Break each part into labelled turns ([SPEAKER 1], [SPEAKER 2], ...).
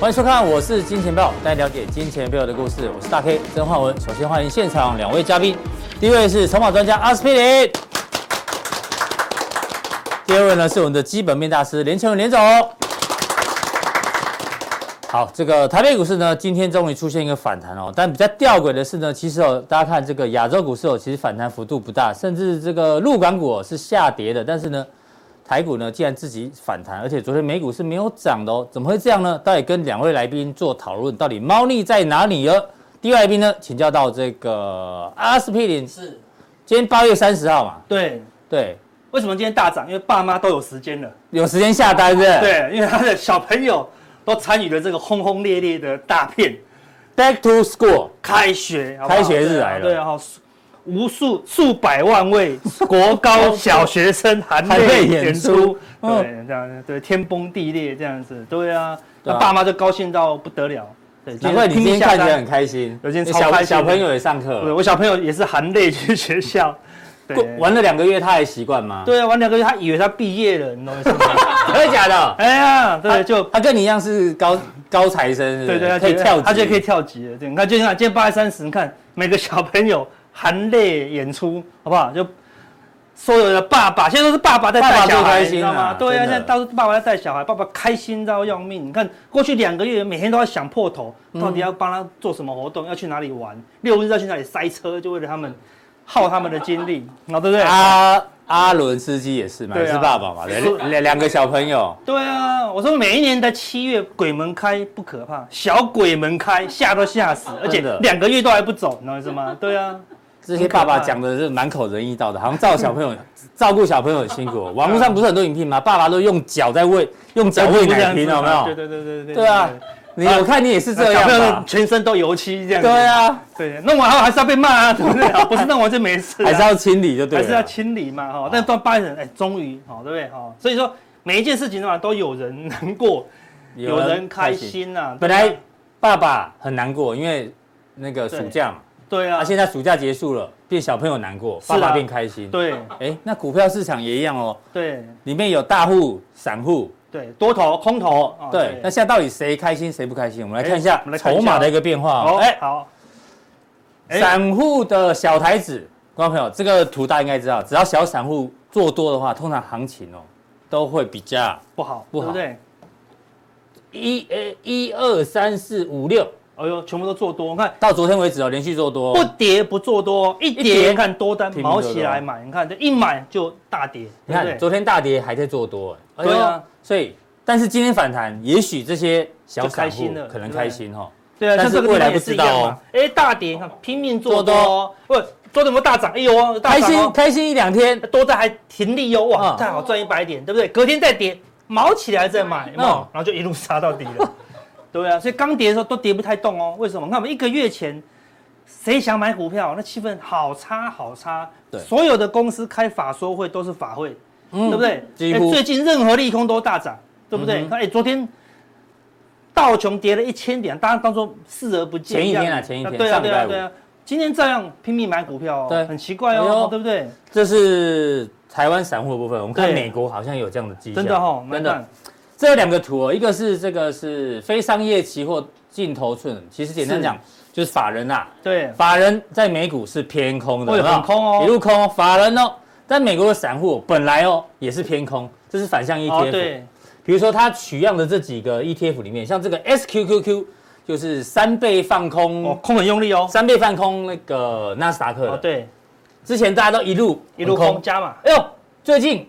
[SPEAKER 1] 欢迎收看，我是金钱豹，带你了解金钱背后的故事。我是大 K 曾焕文。首先欢迎现场两位嘉宾，第一位是筹码专家阿司匹林，第二位呢是我们的基本面大师连成文连总。好，这个台北股市呢，今天终于出现一个反弹哦，但比较吊诡的是呢，其实哦，大家看这个亚洲股市哦，其实反弹幅度不大，甚至这个陆港股、哦、是下跌的，但是呢，台股呢，竟然自己反弹，而且昨天美股是没有涨的哦，怎么会这样呢？到底跟两位来宾做讨论，到底猫腻在哪里呢？第一位来宾呢，请教到这个阿司匹林，
[SPEAKER 2] 是，
[SPEAKER 1] 今天八月三十号嘛，
[SPEAKER 2] 对。
[SPEAKER 1] 对，
[SPEAKER 2] 为什么今天大涨？因为爸妈都有时间了，
[SPEAKER 1] 有时间下单是不是
[SPEAKER 2] 对，因为他的小朋友都参与了这个轰轰烈烈的大片，
[SPEAKER 1] ，Back to School，
[SPEAKER 2] 开学，好不好
[SPEAKER 1] 开学日来了
[SPEAKER 2] 对啊，对啊无数数百万位国高小学生含
[SPEAKER 1] 含泪
[SPEAKER 2] 泪
[SPEAKER 1] 演
[SPEAKER 2] 演
[SPEAKER 1] 出
[SPEAKER 2] 出，
[SPEAKER 1] 嗯
[SPEAKER 2] 对，这样对，天崩地裂这样子，对啊，
[SPEAKER 1] 对啊
[SPEAKER 2] 那爸妈就高兴到不得了，对，
[SPEAKER 1] 难怪你今天看起来很
[SPEAKER 2] 很，
[SPEAKER 1] 开心，
[SPEAKER 2] 有今天超
[SPEAKER 1] 小
[SPEAKER 2] 开心
[SPEAKER 1] 小朋友也上课
[SPEAKER 2] 对
[SPEAKER 1] 了，
[SPEAKER 2] 我小朋友也是含泪去学校，对
[SPEAKER 1] 过，玩了两个月，他还习惯吗？，
[SPEAKER 2] 对啊，玩两个月，他以为他毕业了，你懂我意思吗？
[SPEAKER 1] 真的假的？
[SPEAKER 2] 哎呀，
[SPEAKER 1] 他
[SPEAKER 2] 对，就
[SPEAKER 1] 他跟你一样是高高材生，是不
[SPEAKER 2] 对
[SPEAKER 1] 是
[SPEAKER 2] 对，他
[SPEAKER 1] 可以
[SPEAKER 2] 觉得
[SPEAKER 1] 跳级，
[SPEAKER 2] 他就可以跳级了。对，你看，就像今天八月三十，你看每个小朋友含泪演出，好不好？就所有的爸爸，现在都是爸爸在带
[SPEAKER 1] 爸爸
[SPEAKER 2] 小
[SPEAKER 1] 最开
[SPEAKER 2] 孩，
[SPEAKER 1] 心
[SPEAKER 2] 你知道
[SPEAKER 1] 啊
[SPEAKER 2] 吗？对啊，
[SPEAKER 1] 真
[SPEAKER 2] 现
[SPEAKER 1] 的
[SPEAKER 2] 在到处爸爸在带小孩，爸爸开心到要命。你看过去两个月，每天都要想破头，
[SPEAKER 1] 嗯
[SPEAKER 2] 到底要帮他做什么活动，要去哪里玩，六日要去哪里塞车，就为了他们耗他们的精力，然后对不对？
[SPEAKER 1] 啊阿阿伦斯基也是嘛，也
[SPEAKER 2] 对啊
[SPEAKER 1] 是爸爸嘛，对
[SPEAKER 2] 是
[SPEAKER 1] 两两个小朋 友，
[SPEAKER 2] 对啊，我说每一年的七月鬼门开不可怕，小鬼门开吓都吓死，而且
[SPEAKER 1] 真的
[SPEAKER 2] 两个月都还不走，你懂我意思吗？对啊，
[SPEAKER 1] 这些爸爸讲的是满口仁义道的，好像照小朋友 照顾小朋友很辛苦哦。网络上不是很多影片吗？爸爸都用脚在喂，用脚喂奶瓶，有没
[SPEAKER 2] 对
[SPEAKER 1] 有？
[SPEAKER 2] 对对对对
[SPEAKER 1] 对啊，你我看你也是这
[SPEAKER 2] 小
[SPEAKER 1] 样
[SPEAKER 2] 朋友
[SPEAKER 1] 吧？
[SPEAKER 2] 全身都油漆这样。
[SPEAKER 1] 对，啊，
[SPEAKER 2] 对，弄完后还是要被骂啊，对不对？ 不是弄完就没事啊，
[SPEAKER 1] 还是要清理就对啊
[SPEAKER 2] 还是要
[SPEAKER 1] 了。
[SPEAKER 2] 清理嘛，哈。但到八月人，哎，终于，好，对不对？哈，所以说每一件事情的话，都有人难过，有人开。心啊呐。
[SPEAKER 1] 本来爸爸很难过，因为那个暑假嘛，
[SPEAKER 2] 对啊
[SPEAKER 1] 他，现在暑假结束了，变小朋友难过，
[SPEAKER 2] 是
[SPEAKER 1] 爸
[SPEAKER 2] 啊
[SPEAKER 1] 爸变开心。，
[SPEAKER 2] 对
[SPEAKER 1] 哎，那股票市场也一样哦，
[SPEAKER 2] 对
[SPEAKER 1] 里面有大户、散户，
[SPEAKER 2] 对，多头、空头，啊
[SPEAKER 1] 对，那现在到底谁开心谁不开心？我们来看一
[SPEAKER 2] 哎
[SPEAKER 1] 下
[SPEAKER 2] 我们来看一
[SPEAKER 1] 筹
[SPEAKER 2] 下
[SPEAKER 1] 码的一个变化
[SPEAKER 2] 好，
[SPEAKER 1] 哦。
[SPEAKER 2] 哎，好，哎
[SPEAKER 1] 散户的小台子，观众朋友，这个图大家应该知道，只要小散户做多的话，通常行情哦都会比较
[SPEAKER 2] 不好，
[SPEAKER 1] 不好
[SPEAKER 2] 对不对？
[SPEAKER 1] 一呃一二三四五六，
[SPEAKER 2] 哎呦，全部都做多，你看
[SPEAKER 1] 到昨天为止哦连续做多
[SPEAKER 2] 不。跌不做多，一
[SPEAKER 1] 一跌
[SPEAKER 2] 跌你看多单
[SPEAKER 1] 拼命
[SPEAKER 2] 毛
[SPEAKER 1] 做
[SPEAKER 2] 起
[SPEAKER 1] 多
[SPEAKER 2] 来买，你看这一买就大跌，
[SPEAKER 1] 你
[SPEAKER 2] 对不
[SPEAKER 1] 看
[SPEAKER 2] 对？
[SPEAKER 1] 昨天大跌还在做多，哎
[SPEAKER 2] 对啊，
[SPEAKER 1] 所以但是今天反弹，也许这些小
[SPEAKER 2] 就开
[SPEAKER 1] 散户
[SPEAKER 2] 心了
[SPEAKER 1] 可能
[SPEAKER 2] 对不
[SPEAKER 1] 开
[SPEAKER 2] 对
[SPEAKER 1] 心哦。
[SPEAKER 2] 对啊，
[SPEAKER 1] 但
[SPEAKER 2] 像
[SPEAKER 1] 是
[SPEAKER 2] 这个
[SPEAKER 1] 未
[SPEAKER 2] 地
[SPEAKER 1] 来
[SPEAKER 2] 方
[SPEAKER 1] 不
[SPEAKER 2] 也
[SPEAKER 1] 知
[SPEAKER 2] 是一样
[SPEAKER 1] 道哦
[SPEAKER 2] 嘛。哎，大跌，你看拼命做多哦，不，昨天我们大涨，哎呦，大
[SPEAKER 1] 开
[SPEAKER 2] 涨
[SPEAKER 1] 心
[SPEAKER 2] 哦，
[SPEAKER 1] 开心一两天，
[SPEAKER 2] 多单还停利哦，哇
[SPEAKER 1] 嗯，
[SPEAKER 2] 太好赚一百点，对不对？隔天再跌，毛起来再买，有没有
[SPEAKER 1] 嗯
[SPEAKER 2] 然后就一路杀到底 了。对啊，所以刚跌的时候都跌不太动哦。为什么？你看我们一个月前，谁想买股票？那气氛好差好差。
[SPEAKER 1] 对
[SPEAKER 2] 所有的公司开法说会都是法会，
[SPEAKER 1] 嗯
[SPEAKER 2] 对不对？
[SPEAKER 1] 几
[SPEAKER 2] 哎
[SPEAKER 1] 乎
[SPEAKER 2] 最近任何利空都大涨，对不
[SPEAKER 1] 嗯
[SPEAKER 2] 对？
[SPEAKER 1] 哼
[SPEAKER 2] 你看，哎、昨天道琼跌了一千点，大家当做视而不见
[SPEAKER 1] 前一
[SPEAKER 2] 样
[SPEAKER 1] 天啊前一天
[SPEAKER 2] 对啊，
[SPEAKER 1] 上礼
[SPEAKER 2] 对
[SPEAKER 1] 拜
[SPEAKER 2] 啊，
[SPEAKER 1] 五
[SPEAKER 2] 对啊。今天照样拼命买股票哦，
[SPEAKER 1] 对
[SPEAKER 2] 很奇怪
[SPEAKER 1] 哎呦
[SPEAKER 2] 哦，对不对？
[SPEAKER 1] 这是台湾散户的部分，我们看
[SPEAKER 2] 对
[SPEAKER 1] 美国好像有这样的迹象。
[SPEAKER 2] 真的哈、哦，
[SPEAKER 1] 真
[SPEAKER 2] 真
[SPEAKER 1] 的
[SPEAKER 2] 的。。
[SPEAKER 1] 这有两个图哦，一个是这个是非商业期货净头寸，其实简单讲就是法人呐、
[SPEAKER 2] 对
[SPEAKER 1] 法人在美股是偏空的，
[SPEAKER 2] 会
[SPEAKER 1] 有没有
[SPEAKER 2] 很空哦
[SPEAKER 1] 一路空哦，法人哦。但美国的散户本来哦也是偏空，这是反向 ETF。
[SPEAKER 2] 哦，对，
[SPEAKER 1] 比如说它取样的这几个 ETF 里面，像这个 SQQQ 就是三倍放空，
[SPEAKER 2] 哦，空很用力哦，
[SPEAKER 1] 三倍放空那个纳斯达克的。
[SPEAKER 2] 哦，对，
[SPEAKER 1] 之前大家都一路
[SPEAKER 2] 一路
[SPEAKER 1] 很
[SPEAKER 2] 空，加码，
[SPEAKER 1] 哎呦，最近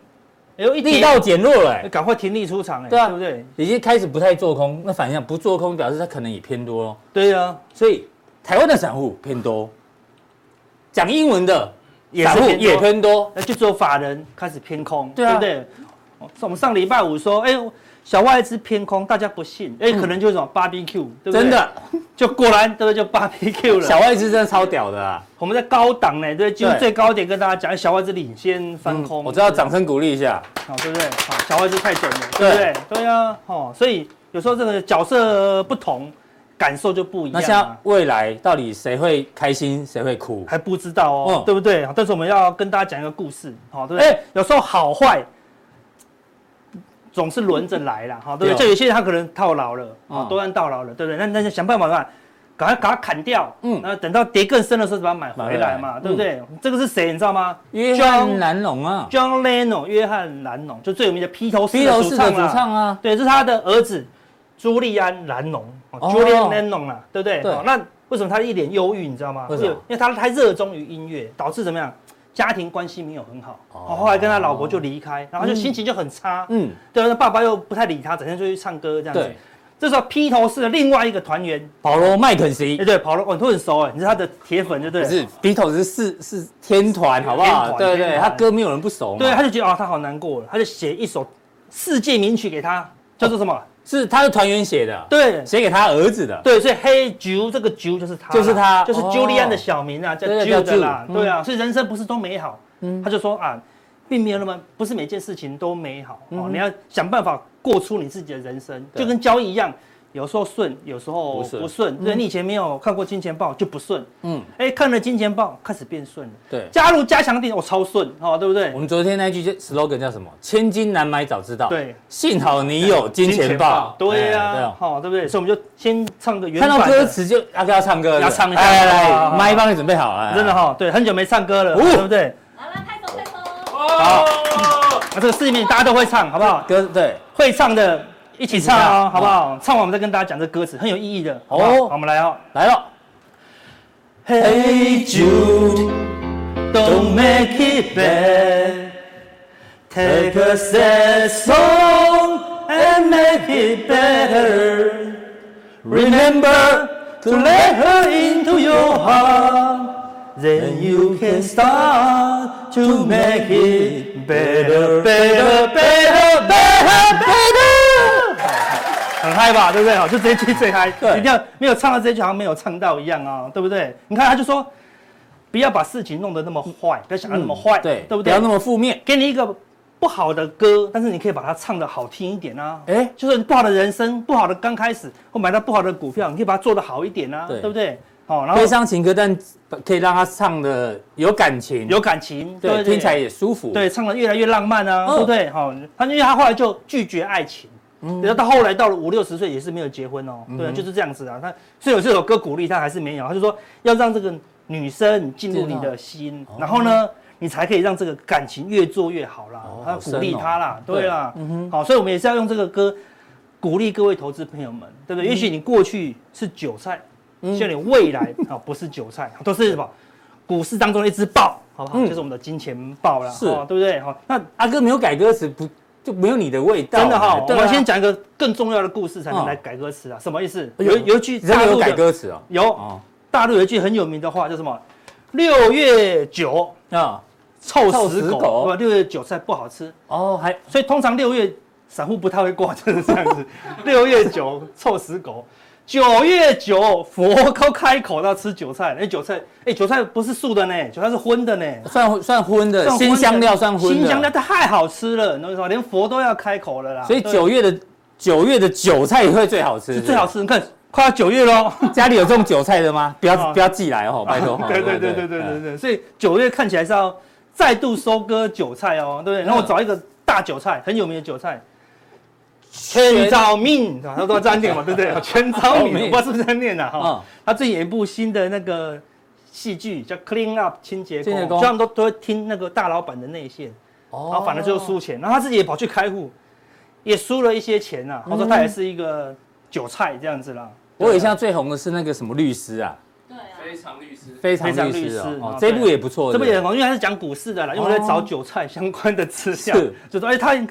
[SPEAKER 2] 哎呦，一
[SPEAKER 1] 力
[SPEAKER 2] 跌
[SPEAKER 1] 道减弱了、哎
[SPEAKER 2] 哎赶快停利出场，哎，
[SPEAKER 1] 对啊
[SPEAKER 2] 对不对？
[SPEAKER 1] 已经开始不太做空，那反向不做空表示它可能也偏多咯。
[SPEAKER 2] 对啊，
[SPEAKER 1] 所以台湾的散户偏多，讲英文的
[SPEAKER 2] 也
[SPEAKER 1] 散
[SPEAKER 2] 是
[SPEAKER 1] 户
[SPEAKER 2] 偏多哎
[SPEAKER 1] 也偏多，
[SPEAKER 2] 那就只有法人开始偏空，
[SPEAKER 1] 对啊
[SPEAKER 2] 对不对？哦我们上礼拜五说，哎，小外资偏空，大家不信，哎，可能就是什么 BBQ，对不对？
[SPEAKER 1] 嗯真，的，
[SPEAKER 2] 就果然对不对？就 BBQ 了。
[SPEAKER 1] 小外资真的超屌的啊！
[SPEAKER 2] 我们在高档呢，对，进入
[SPEAKER 1] 对嗯
[SPEAKER 2] 最高点跟大家讲，哎小外资领先翻空，
[SPEAKER 1] 我知道，掌声鼓励一下。
[SPEAKER 2] 好，哦对不对？好，小外资太准了，对不对？对啊，哦，所以有时候这个角色不同，感受就不一
[SPEAKER 1] 那
[SPEAKER 2] 样
[SPEAKER 1] 像
[SPEAKER 2] 啊，
[SPEAKER 1] 未来到底谁会开心，谁会哭？
[SPEAKER 2] 还不知道哦
[SPEAKER 1] 嗯，
[SPEAKER 2] 对不对？好但是我们要跟大家讲一个故事，好，对不
[SPEAKER 1] 哎
[SPEAKER 2] 对？有时候好坏总是轮着来啦，好，对不
[SPEAKER 1] 对哦
[SPEAKER 2] 对？就有些人他可能套牢了，啊
[SPEAKER 1] 嗯，
[SPEAKER 2] 多单套牢了，对不对？那那就想办法嘛。赶快把它砍掉，
[SPEAKER 1] 嗯
[SPEAKER 2] 嗯，那等到跌更深的时候，把它买
[SPEAKER 1] 买回
[SPEAKER 2] 回
[SPEAKER 1] 来
[SPEAKER 2] 来嘛，对不对？这个是谁，你知道吗？
[SPEAKER 1] 约翰南龙啊
[SPEAKER 2] John Lennon 约翰兰农，就最有名的披头士
[SPEAKER 1] 披
[SPEAKER 2] 的
[SPEAKER 1] 头
[SPEAKER 2] 主
[SPEAKER 1] 士的
[SPEAKER 2] 唱
[SPEAKER 1] 主
[SPEAKER 2] 啦。
[SPEAKER 1] 唱啊，
[SPEAKER 2] 对，这是他的儿子朱利安兰农、哦
[SPEAKER 1] 哦
[SPEAKER 2] Julian Lennon 啦，对不对？
[SPEAKER 1] 对
[SPEAKER 2] 哦那为什么他一脸忧郁，你知道吗？
[SPEAKER 1] 为什么
[SPEAKER 2] 因因为他太热衷于音乐，导致怎么样？家庭关系没有很好，
[SPEAKER 1] 哦
[SPEAKER 2] 哦，后来跟他老婆就离开，然后就心情就很差，
[SPEAKER 1] 嗯，
[SPEAKER 2] 对，那爸爸又不太理他，整天就去唱歌这样子
[SPEAKER 1] 对。，
[SPEAKER 2] 这时候披头士的另外一个团员，
[SPEAKER 1] 保罗麦肯
[SPEAKER 2] 哎，
[SPEAKER 1] 锡
[SPEAKER 2] 对，跑了，哦你都很熟哎，你是他的铁粉，对不
[SPEAKER 1] 不
[SPEAKER 2] 对？
[SPEAKER 1] 是披头士是是天团，好不
[SPEAKER 2] 天
[SPEAKER 1] 好？
[SPEAKER 2] 团
[SPEAKER 1] 对对，
[SPEAKER 2] 天
[SPEAKER 1] 他
[SPEAKER 2] 团
[SPEAKER 1] 歌没有人不熟嘛。
[SPEAKER 2] 对，他就觉得啊，他好难过了，他就写一首世界名曲给他，叫做什
[SPEAKER 1] 哦
[SPEAKER 2] 么？
[SPEAKER 1] 是他的团员写的，
[SPEAKER 2] 对，
[SPEAKER 1] 写给他儿子的。
[SPEAKER 2] 对，所以黑菊这个菊就是他啦，
[SPEAKER 1] 就是他
[SPEAKER 2] 就是
[SPEAKER 1] 哦
[SPEAKER 2] Julian 的小名啊，叫
[SPEAKER 1] 对
[SPEAKER 2] j
[SPEAKER 1] 叫
[SPEAKER 2] u 的啦
[SPEAKER 1] Jude，嗯，嗯
[SPEAKER 2] 对啊，所以人生不是都美好，他就说啊，并没有那么不是每件事情都美好哦，你要想办法过出你自己的人生，
[SPEAKER 1] 嗯对
[SPEAKER 2] 就跟交易一样。有时候顺，有时候
[SPEAKER 1] 不顺
[SPEAKER 2] 不顺。对，你以前没有看过金钱豹就不顺，
[SPEAKER 1] 嗯，
[SPEAKER 2] 哎，看了金钱豹开始变顺了。
[SPEAKER 1] 对。
[SPEAKER 2] 加入加强店，我超顺哦，对不对
[SPEAKER 1] 我？们昨天那句 slogan 叫什么？千金难买早知道。
[SPEAKER 2] 对，
[SPEAKER 1] 幸好你有金钱豹。
[SPEAKER 2] 对
[SPEAKER 1] 哎对
[SPEAKER 2] 呀
[SPEAKER 1] 哦，
[SPEAKER 2] 好，对不对？所以我们就先唱个原
[SPEAKER 1] 看
[SPEAKER 2] 版
[SPEAKER 1] 到
[SPEAKER 2] 的。
[SPEAKER 1] 歌词就啊要跟他唱歌了，
[SPEAKER 2] 要唱一下
[SPEAKER 1] 来哎来
[SPEAKER 2] 好好
[SPEAKER 1] 来，
[SPEAKER 2] 好
[SPEAKER 1] 麦帮你准备好了，哎来
[SPEAKER 2] 真的。哈，对，很久没唱歌了，
[SPEAKER 1] 哦
[SPEAKER 2] 对不对？
[SPEAKER 3] 好了，拍手拍手。
[SPEAKER 1] 好，
[SPEAKER 2] 啊，这个市民大家都会唱，好不好？
[SPEAKER 1] 歌对，
[SPEAKER 2] 会唱的一起唱
[SPEAKER 1] 一起唱
[SPEAKER 2] 哦，好不好？唱完我们再跟大家讲这歌词，很有意义的。好不好
[SPEAKER 1] 哦
[SPEAKER 2] 好我们来哦。
[SPEAKER 1] 来了。
[SPEAKER 2] Hey Jude, don't make it bad. Take a sad song and make it better. Remember to let her into your heart. Then you can start to make it better, better, better, better, better. 很嗨吧，对不对？好，就这一句最嗨，
[SPEAKER 1] 对
[SPEAKER 2] 一定要没有唱到这一句好像没有唱到一样啊、对不对？你看他就说，不要把事情弄得那么坏，不要想的那么坏，
[SPEAKER 1] 嗯对，
[SPEAKER 2] 对不
[SPEAKER 1] 不
[SPEAKER 2] 对？
[SPEAKER 1] 要那么负面。
[SPEAKER 2] 给你一个不好的歌，但是你可以把它唱的好听一点啊。
[SPEAKER 1] 哎
[SPEAKER 2] 就是不好的人生，不好的刚开始，或买到不好的股票，你可以把它做的好一点啊，
[SPEAKER 1] 对
[SPEAKER 2] 对不对？好、然后
[SPEAKER 1] 悲伤情歌，但可以让他唱的有感情，
[SPEAKER 2] 有感情，
[SPEAKER 1] 对，
[SPEAKER 2] 不对
[SPEAKER 1] 听起来也舒服。
[SPEAKER 2] 对，唱的越来越浪漫啊，
[SPEAKER 1] 嗯
[SPEAKER 2] 对不对？好、他因为他后来就拒绝爱情，
[SPEAKER 1] 嗯
[SPEAKER 2] 然后到后来到了五六十岁也是没有结婚哦，对，就是这样子啊。他虽然有这首歌鼓励他，还是没有，他就说要让这个女生进入你的心，
[SPEAKER 1] 啊
[SPEAKER 2] 然后呢，你才可以让这个感情越做越好啦。
[SPEAKER 1] 哦
[SPEAKER 2] 他
[SPEAKER 1] 好
[SPEAKER 2] 鼓励
[SPEAKER 1] 深哦
[SPEAKER 2] 他啦，
[SPEAKER 1] 对
[SPEAKER 2] 对啦，好，所以我们也是要用这个歌鼓励各位投资朋友们，对不
[SPEAKER 1] 嗯
[SPEAKER 2] 对？也许你过去是韭菜，希望你未来啊不是韭菜，都是什么股市当中的一只豹，好不好？
[SPEAKER 1] 嗯
[SPEAKER 2] 就是我们的金钱豹啦，
[SPEAKER 1] 是
[SPEAKER 2] 哦对不对？好，那
[SPEAKER 1] 阿哥没有啊改歌词，不就没有你的味道？
[SPEAKER 2] 真的哦哈，我
[SPEAKER 1] 对啊
[SPEAKER 2] 们先讲一个更重要的故事，才能
[SPEAKER 1] 嗯
[SPEAKER 2] 来改歌词啊。什么意思？
[SPEAKER 1] 哎呦
[SPEAKER 2] 有有一句
[SPEAKER 1] 真的
[SPEAKER 2] 大
[SPEAKER 1] 有
[SPEAKER 2] 陆
[SPEAKER 1] 改
[SPEAKER 2] 的
[SPEAKER 1] 歌词哦。
[SPEAKER 2] 有
[SPEAKER 1] 哦，
[SPEAKER 2] 大陆有一句很有名的话叫什么？六月九
[SPEAKER 1] 啊，
[SPEAKER 2] 臭
[SPEAKER 1] 臭
[SPEAKER 2] 死
[SPEAKER 1] 死狗
[SPEAKER 2] 狗，不，六月韭菜不好吃，
[SPEAKER 1] 哦，还
[SPEAKER 2] 所以通常六月散户不太会挂，就是这样 子。六月九臭死狗，九月九佛都开口要吃韭菜，哎，韭菜，哎，韭菜不是素的呢，韭菜是荤的呢。
[SPEAKER 1] 算算荤的，
[SPEAKER 2] 啊算荤
[SPEAKER 1] 新
[SPEAKER 2] 的
[SPEAKER 1] 香料算荤
[SPEAKER 2] 新香料
[SPEAKER 1] 的，
[SPEAKER 2] 太好吃了，你知道吗？连佛都要开口了啦。
[SPEAKER 1] 所以
[SPEAKER 2] 对
[SPEAKER 1] 九月的九月的韭菜会最好吃，
[SPEAKER 2] 最好
[SPEAKER 1] 吃。
[SPEAKER 2] 吃。你看，快要九月喽。
[SPEAKER 1] 家里有种韭菜的吗？不要
[SPEAKER 2] 啊
[SPEAKER 1] 不要寄来哦，拜 托哦。
[SPEAKER 2] 对对对对对对
[SPEAKER 1] 嗯
[SPEAKER 2] 对，所以九月看起来是要再度收割韭菜哦，对不对？然后我找一个大韭菜，很有名的韭菜，全昭命，啊他都要这样念嘛，对 不对？全昭
[SPEAKER 1] 昭
[SPEAKER 2] 敏，
[SPEAKER 1] 敏
[SPEAKER 2] 我不知道是不是这样念的哈
[SPEAKER 1] 嗯。
[SPEAKER 2] 他最近有一部新的那个戏剧叫《Clean Up 清洁
[SPEAKER 1] 清
[SPEAKER 2] 工
[SPEAKER 1] 洁》，工
[SPEAKER 2] 所以他们都都会听那个大老板的内线，
[SPEAKER 1] 哦
[SPEAKER 2] 然后反正就输钱，然后他自己也跑去开户，也输了一些钱呐。他说他也是一个韭菜这样子啦。
[SPEAKER 1] 嗯我以前最红的是那个什么律师啊，
[SPEAKER 3] 对啊，
[SPEAKER 4] 非常律师，
[SPEAKER 1] 非常
[SPEAKER 2] 非常
[SPEAKER 1] 律
[SPEAKER 2] 律
[SPEAKER 1] 师
[SPEAKER 2] 师
[SPEAKER 1] 哦，哦
[SPEAKER 2] 啊
[SPEAKER 1] 这
[SPEAKER 2] 对
[SPEAKER 1] 部也不错，
[SPEAKER 2] 这不
[SPEAKER 1] 对
[SPEAKER 2] 也
[SPEAKER 1] 对
[SPEAKER 2] 很好，因为它是讲股市的啦，因为我在找韭菜相关的资
[SPEAKER 1] 哦
[SPEAKER 2] 料
[SPEAKER 1] 是，
[SPEAKER 2] 就说哎，它很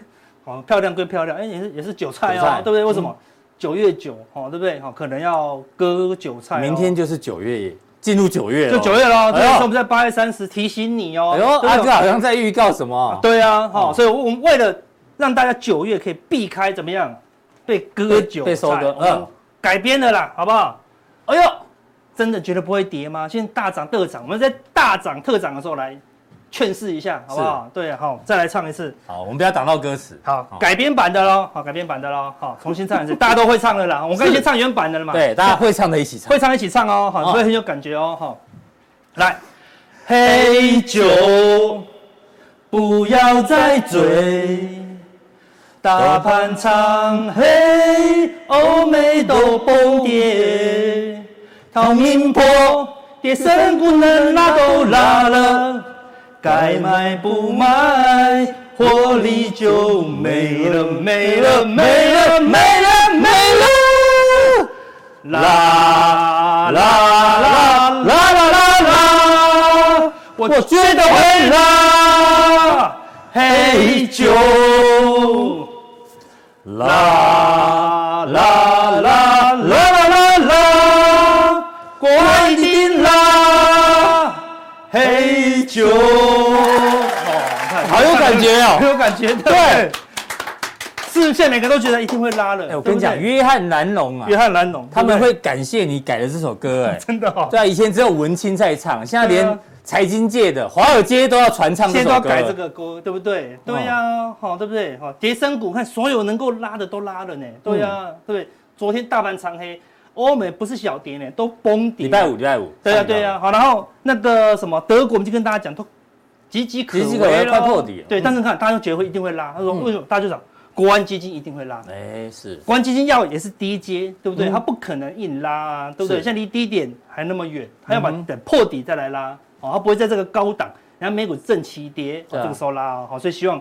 [SPEAKER 2] 哦漂亮归漂亮，哎也是也是韭菜
[SPEAKER 1] 韭菜嗯
[SPEAKER 2] 哦，对不对？为什么九月九哦，对不对？哦，可能要割韭菜哦，
[SPEAKER 1] 明天就是九月耶，进入九月了
[SPEAKER 2] 就
[SPEAKER 1] 哦
[SPEAKER 2] 九月喽，对，
[SPEAKER 1] 哎呦
[SPEAKER 2] 所以我们在八月三十提醒你哦
[SPEAKER 1] 哎呦，，
[SPEAKER 2] 对
[SPEAKER 1] 阿
[SPEAKER 2] 不
[SPEAKER 1] 哥
[SPEAKER 2] 对
[SPEAKER 1] 好像在预告什么？
[SPEAKER 2] 对啊，
[SPEAKER 1] 哦
[SPEAKER 2] 好，所以我们为了让大家九月可以避开怎么样被割韭
[SPEAKER 1] 被
[SPEAKER 2] 菜，
[SPEAKER 1] 收割
[SPEAKER 2] 我们
[SPEAKER 1] 嗯
[SPEAKER 2] 改编的啦，好不好？
[SPEAKER 1] 哎呦，
[SPEAKER 2] 真的觉得不会跌吗？现在大涨特涨，我们在大涨特涨的时候来劝示一下，好不好？对，好，再来唱一次。
[SPEAKER 1] 好，我们不要挡到歌词。哦
[SPEAKER 2] 好，改编版的喽，好，改编版的喽，好，重新唱一次，大家都会唱的啦。我们刚才先唱原版的了嘛，
[SPEAKER 1] 对，大家会唱的一起唱。
[SPEAKER 2] 会唱一起唱哦，好，
[SPEAKER 1] 哦
[SPEAKER 2] 会很有感觉哦，好，来，黑酒不要再醉，大盘唱黑，欧美都崩跌，逃命坡跌升不能拉都拉了，该买不买，获利就没了，没了，没了，没了，没了。啦啦啦啦啦啦啦，我觉得会啦，黑酒。啦啦啦啦啦啦啦，国外一定啦，黑酒。哦，
[SPEAKER 1] 好有感觉哦
[SPEAKER 2] 很有感觉，对不对，是不是现在每个都觉得一定会拉了？
[SPEAKER 1] 哎，我跟你讲，
[SPEAKER 2] 对不对
[SPEAKER 1] 约翰南龙啊
[SPEAKER 2] 约，翰兰农
[SPEAKER 1] 他们
[SPEAKER 2] 对
[SPEAKER 1] 会感谢你改了这首歌，哎
[SPEAKER 2] 不对，真的哦，
[SPEAKER 1] 对啊，以前只有文青在唱，现在
[SPEAKER 2] 对
[SPEAKER 1] 连
[SPEAKER 2] 啊
[SPEAKER 1] 财经界的、华尔街都要传唱这
[SPEAKER 2] 现在
[SPEAKER 1] 首
[SPEAKER 2] 都要
[SPEAKER 1] 歌。哦
[SPEAKER 2] 改这个歌，对不对？对呀、好、对不对？好、跌升股看所有能够拉的都拉了呢，对呀、
[SPEAKER 1] 嗯
[SPEAKER 2] 对不对？昨天大盘长黑，欧美不是小跌呢，都崩跌。
[SPEAKER 1] 礼拜五，礼拜五。
[SPEAKER 2] 对呀、
[SPEAKER 1] 上
[SPEAKER 2] 对呀、啊
[SPEAKER 1] 档。
[SPEAKER 2] 好，然后那个什么德国，我们就跟大家讲，都岌岌可
[SPEAKER 1] 岌岌可
[SPEAKER 2] 危
[SPEAKER 1] 危
[SPEAKER 2] 了，
[SPEAKER 1] 快破底了
[SPEAKER 2] 对，
[SPEAKER 1] 嗯
[SPEAKER 2] 但是看大家就觉得会一定会拉，他说为什么？大家就讲国安基金一定会拉。
[SPEAKER 1] 哎，是
[SPEAKER 2] 国安基金要也是低阶，对不对？
[SPEAKER 1] 嗯
[SPEAKER 2] 它不可能硬拉啊，对不对？
[SPEAKER 1] 是
[SPEAKER 2] 现在离低点还那么远，它要把
[SPEAKER 1] 嗯哼
[SPEAKER 2] 等破底再来拉，哦，它不会在这个高档，然后美股正齐跌，哦
[SPEAKER 1] 对啊
[SPEAKER 2] 这个时候拉哦，好，所以希望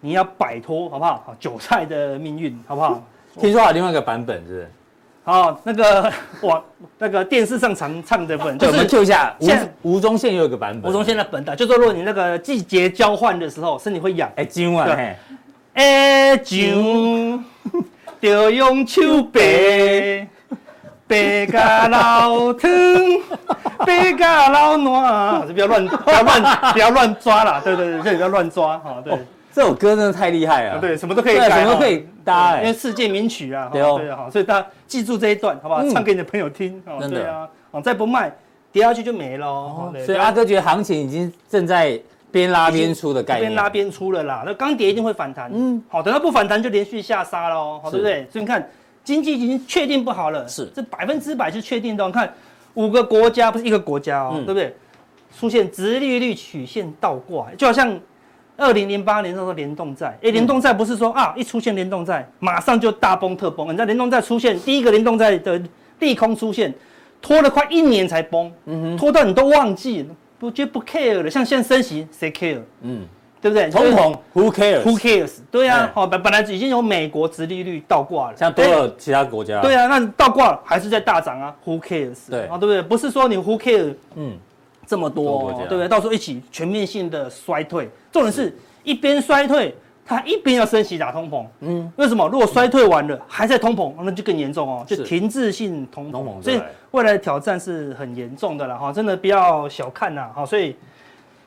[SPEAKER 2] 你要摆脱好不好？好，韭菜的命运好不好？
[SPEAKER 1] 听说还有另外一个版本，是不是？
[SPEAKER 2] 好，那个 网那个电视上常唱的 本
[SPEAKER 1] 对，
[SPEAKER 2] 就
[SPEAKER 1] 我们
[SPEAKER 2] 是
[SPEAKER 1] Q 一下，吴
[SPEAKER 2] 现在
[SPEAKER 1] 吴宗宪也有一个版本。
[SPEAKER 2] 吴宗宪的本的，就说如果你那个季节交换的时候，身体会痒，
[SPEAKER 1] 哎，今晚
[SPEAKER 2] 对啊
[SPEAKER 1] 嘿，
[SPEAKER 2] 哎，上就用手白，白甲老 汤，白甲老烂，不要乱，不要乱，不要乱 抓啦，对对对，这里不要乱抓哈，
[SPEAKER 1] 哦
[SPEAKER 2] 对、
[SPEAKER 1] 这首歌真的太厉害了。
[SPEAKER 2] 对，什么都可以
[SPEAKER 1] 对，
[SPEAKER 2] 改，
[SPEAKER 1] 什么都
[SPEAKER 2] 哈
[SPEAKER 1] 可以搭
[SPEAKER 2] 因为
[SPEAKER 1] 哎。
[SPEAKER 2] 世界名曲啊，哈
[SPEAKER 1] 对哦
[SPEAKER 2] 对啊，哈所以大家记住这一段，好不好？
[SPEAKER 1] 嗯
[SPEAKER 2] 唱给你的朋友听，哦
[SPEAKER 1] 真的
[SPEAKER 2] 对啊，哦，再不卖，跌下去就没了哦，对
[SPEAKER 1] 所以
[SPEAKER 2] 不要
[SPEAKER 1] 阿哥觉得行情已经正在边拉边出的概念。
[SPEAKER 2] 边拉边出了啦。那钢铁一定会反弹，
[SPEAKER 1] 嗯
[SPEAKER 2] 嗯，好，等到不反弹就连续下杀喽，好，
[SPEAKER 1] 是
[SPEAKER 2] 对不对？所以你看，经济已经确定不好了，
[SPEAKER 1] 是
[SPEAKER 2] 这百分之百是确定的哦。你看五个国家不是一个国家哦，
[SPEAKER 1] 嗯
[SPEAKER 2] 对不对？出现直利率曲线倒挂，就好像。二零零八年那时候联动债，
[SPEAKER 1] 嗯
[SPEAKER 2] 哎、联动债不是说、啊，一出现联动债马上就大崩特崩，你知道联动债出现第一个联动债的利空出现，拖了快一年才崩，
[SPEAKER 1] 嗯
[SPEAKER 2] 拖到你都忘记，不就不 care 了。像现在升息，谁 care？
[SPEAKER 1] 嗯，
[SPEAKER 2] 对不对？
[SPEAKER 1] 通膨，Who
[SPEAKER 2] ，Who
[SPEAKER 1] cares？
[SPEAKER 2] cares？对
[SPEAKER 1] 哎
[SPEAKER 2] 啊，好、本本来已经有美国殖利率倒挂了，
[SPEAKER 1] 像多
[SPEAKER 2] 哎
[SPEAKER 1] 有其他国家。
[SPEAKER 2] 对，啊，那倒挂还是在大涨啊，Who cares？
[SPEAKER 1] 对
[SPEAKER 2] 啊，对不对？不是说你 Who care
[SPEAKER 1] 嗯，
[SPEAKER 2] 这么多
[SPEAKER 1] 多国
[SPEAKER 2] 哦，
[SPEAKER 1] 家
[SPEAKER 2] 对不对？到时候一起全面性的衰退，重点是一边衰退，它一边要升息打通膨。嗯，为什么？如果衰退完了还在通膨，那就更严重哦，就是停滞性通膨。
[SPEAKER 1] 通膨
[SPEAKER 2] 所以
[SPEAKER 1] 对
[SPEAKER 2] 未来的挑战是很严重的了哈，真的不要小看呐哈。所以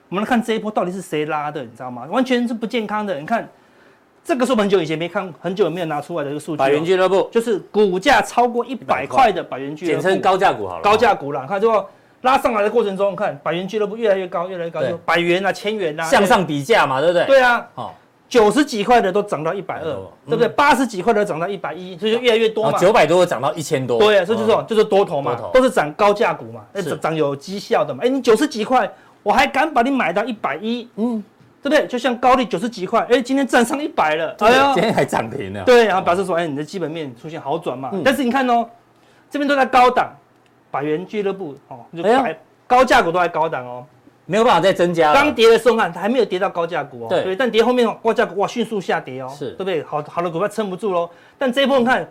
[SPEAKER 2] 我们来看这一波到底是谁拉的，你知道吗？完全是不健康的。你看，这个是我们很久以前没看，很久没有拿出来的一个数据哦、
[SPEAKER 1] 百元俱乐部，
[SPEAKER 2] 就是股价超过一
[SPEAKER 1] 100
[SPEAKER 2] 百
[SPEAKER 1] 块
[SPEAKER 2] 块的百元俱乐
[SPEAKER 1] 简
[SPEAKER 2] 部，
[SPEAKER 1] 称高价股好了。
[SPEAKER 2] 高价股啦，看最后拉上来的过程中，看百元俱乐部越来越高，越来越高，
[SPEAKER 1] 对
[SPEAKER 2] 就百元啊、千元啊，
[SPEAKER 1] 向上比价嘛，对不对？哦
[SPEAKER 2] 对。对啊，
[SPEAKER 1] 好，
[SPEAKER 2] 九十几块的都涨到一百二
[SPEAKER 1] 嗯，
[SPEAKER 2] 对不对？八十几块的涨到一百一，所以就越来越多
[SPEAKER 1] 然
[SPEAKER 2] 嘛
[SPEAKER 1] 后。哦九百多涨到一千多。
[SPEAKER 2] 对啊，所以就
[SPEAKER 1] 嗯
[SPEAKER 2] 这种就是多头嘛
[SPEAKER 1] 多头，
[SPEAKER 2] 都是涨高价股嘛，哎
[SPEAKER 1] 是
[SPEAKER 2] 涨涨有绩效的嘛。哎，你九十几块，我还敢把你买到一百一，
[SPEAKER 1] 嗯
[SPEAKER 2] 嗯，对不对？就像高利九十几块，哎，今天站上一百了，
[SPEAKER 1] 对
[SPEAKER 2] 哎呀
[SPEAKER 1] 今，天还涨停呢。
[SPEAKER 2] 对，然后表示说，哎，你的基本面出现好转嘛。
[SPEAKER 1] 啊嗯
[SPEAKER 2] 但是你看哦，这边都在高档，百元俱乐部哦，就
[SPEAKER 1] 哎呀
[SPEAKER 2] 百、高价股都在高档哦。
[SPEAKER 1] 没有办法再增加了。
[SPEAKER 2] 刚跌的时候看，它还没有跌到高价股哦，
[SPEAKER 1] 啊对
[SPEAKER 2] 但跌后面高价股哇迅速下跌哦，
[SPEAKER 1] 是
[SPEAKER 2] 对不对？好好的股票撑不住喽。但这一波你看，